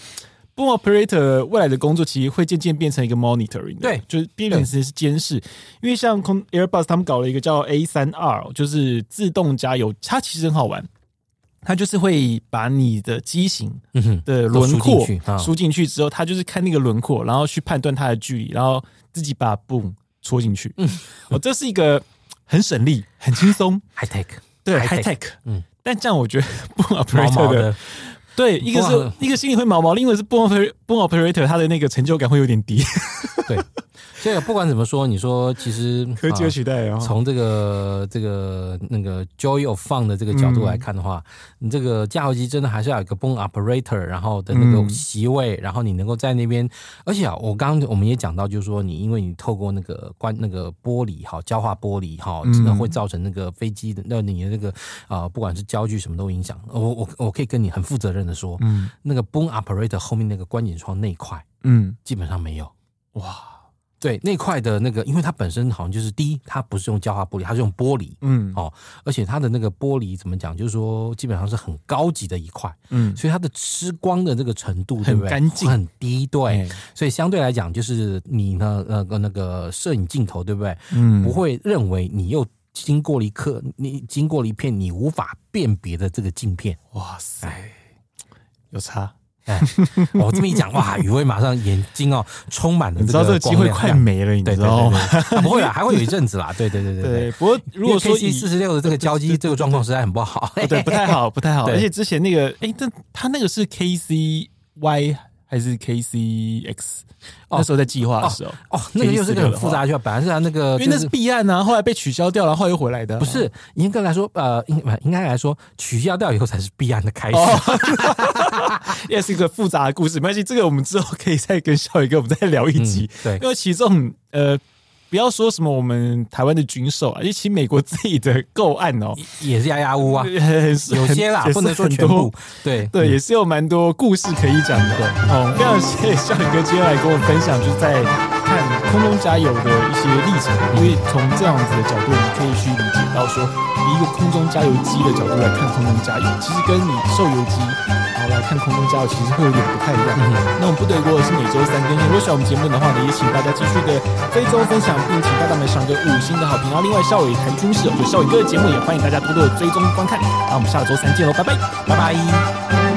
[SPEAKER 1] Boom operator 未来的工作其实会渐渐变成一个 monitoring，的
[SPEAKER 2] 对
[SPEAKER 1] 就是变成是监视。因为像空 Airbus 他们搞了一个叫 A 三 R，就是自动加油，它其实很好玩，它就是会把你的机型
[SPEAKER 2] 嗯哼，
[SPEAKER 1] 的
[SPEAKER 2] 都输
[SPEAKER 1] 轮廓
[SPEAKER 2] 进去啊
[SPEAKER 1] 输进去之后，他就是看那个轮廓，然后去判断它的距离，然后自己把 boom 戳进去。嗯，哦，这是一个很省力、很轻
[SPEAKER 2] *laughs*
[SPEAKER 1] 松，
[SPEAKER 2] ，high tech，
[SPEAKER 1] 对
[SPEAKER 2] high
[SPEAKER 1] ，high
[SPEAKER 2] tech，
[SPEAKER 1] tech。
[SPEAKER 2] 嗯，
[SPEAKER 1] 但这样我觉得
[SPEAKER 2] *laughs*
[SPEAKER 1] boom
[SPEAKER 2] 毛
[SPEAKER 1] operator
[SPEAKER 2] 毛
[SPEAKER 1] 的
[SPEAKER 2] 的，
[SPEAKER 1] 对，一个
[SPEAKER 2] 哇
[SPEAKER 1] 是一个心里会毛毛，另一个是 boom operator- boom operator 他的那个成就感会有点低，
[SPEAKER 2] 啊
[SPEAKER 1] *laughs*
[SPEAKER 2] 对，所以不管怎么说，你说其实
[SPEAKER 1] 科技
[SPEAKER 2] 啊
[SPEAKER 1] 的取代哦。
[SPEAKER 2] 从这个这个那个 joy of fun 的这个角度
[SPEAKER 1] 嗯
[SPEAKER 2] 来看的话，你这个加油机真的还是要有一个 boom operator，然后的那个
[SPEAKER 1] 嗯
[SPEAKER 2] 席位，然后你能够在那边。而且啊，我刚刚我们也讲到，就是说你因为你透过那个关那个玻璃哈，焦化玻璃哈，
[SPEAKER 1] 嗯
[SPEAKER 2] 真的会造成那个飞机的那你的那个啊、呃不管是焦距什么都影响。我我我可以跟你很负责任的说，
[SPEAKER 1] 嗯
[SPEAKER 2] 那个 boom operator 后面那个观景窗那一块
[SPEAKER 1] 嗯，
[SPEAKER 2] 基本上没有。
[SPEAKER 1] 哇，
[SPEAKER 2] 对那块的那个，因为它本身好像就是第一，它不是用焦化玻璃，它是用玻璃，
[SPEAKER 1] 嗯
[SPEAKER 2] 哦，而且它的那个玻璃怎么讲，就是说基本上是很高级的一块，
[SPEAKER 1] 嗯，
[SPEAKER 2] 所以它的吃光的这个程度，对不
[SPEAKER 1] 很
[SPEAKER 2] 对？
[SPEAKER 1] 干净
[SPEAKER 2] 很低，对。
[SPEAKER 1] 哎，
[SPEAKER 2] 所以相对来讲，就是你呢，那个那个摄影镜头，对不对？
[SPEAKER 1] 嗯
[SPEAKER 2] 不，会认为你又经过了一刻，你经过了一片你无法辨别的这个镜片。
[SPEAKER 1] 哇塞，哎有差，
[SPEAKER 2] 哎，我这么一讲，哇，宇威马上眼睛哦充满了
[SPEAKER 1] 你
[SPEAKER 2] 这
[SPEAKER 1] 知道这
[SPEAKER 2] 个
[SPEAKER 1] 个机会快
[SPEAKER 2] 没。
[SPEAKER 1] 没了，你
[SPEAKER 2] 对
[SPEAKER 1] 知
[SPEAKER 2] 对
[SPEAKER 1] 道吗？
[SPEAKER 2] 对 *laughs* 对，啊不会啦，还会有一阵子啦。对对对对
[SPEAKER 1] 对，。不过如果说以
[SPEAKER 2] C 四十六的这个交机这个状况实在很不好，
[SPEAKER 1] 哦对，不太好，不太好。
[SPEAKER 2] 对
[SPEAKER 1] 而且之前那个，哎、但他那个是 KCY 还是 KCX？、
[SPEAKER 2] 哦
[SPEAKER 1] 那时候在计划的时候，
[SPEAKER 2] *laughs* 哦，那个又是个很复杂的，就本来是他那个，
[SPEAKER 1] 哦因为那哦
[SPEAKER 2] 就是
[SPEAKER 1] 弊案啊，后来被取消掉，然后后来又回来的。
[SPEAKER 2] 不是严格来说，呃，应应该来说，取消掉以后才是必然的开始。
[SPEAKER 1] 哦， *laughs* 也是一个复杂的故事，没关系，这个我们之后可以再跟小宇哥我们再聊一集，
[SPEAKER 2] 嗯对
[SPEAKER 1] 因为其实这种呃。不要说什么我们台湾的军售啊，因为其实美国自己的购案哦，
[SPEAKER 2] 也是压
[SPEAKER 1] *laughs*
[SPEAKER 2] 压乌啊，
[SPEAKER 1] 很是
[SPEAKER 2] 有些啦，
[SPEAKER 1] 也是
[SPEAKER 2] 不能说
[SPEAKER 1] 很
[SPEAKER 2] 全
[SPEAKER 1] 多
[SPEAKER 2] 部。对
[SPEAKER 1] 对，也是有蛮多故事可以讲的。
[SPEAKER 2] 对
[SPEAKER 1] 哦，非常谢谢笑宇哥今天来跟我们分享，就是在看空中加油的一些历程，因为从这样子的角度，你可以去理解到说，以一个空中加油机的角度来看空中加油，其实跟你受油机然后来看空中加油，其实会有点不太一样。那我们不得过是每周三更新，如果喜欢我们节目的话呢，也请大家继续的追踪分享，并请大大们上个五星的好评。然后另外笑伟谈军事，我觉得笑伟哥的节目也欢迎大家多多的追踪观看。那我们下周三见喽，拜拜，拜拜。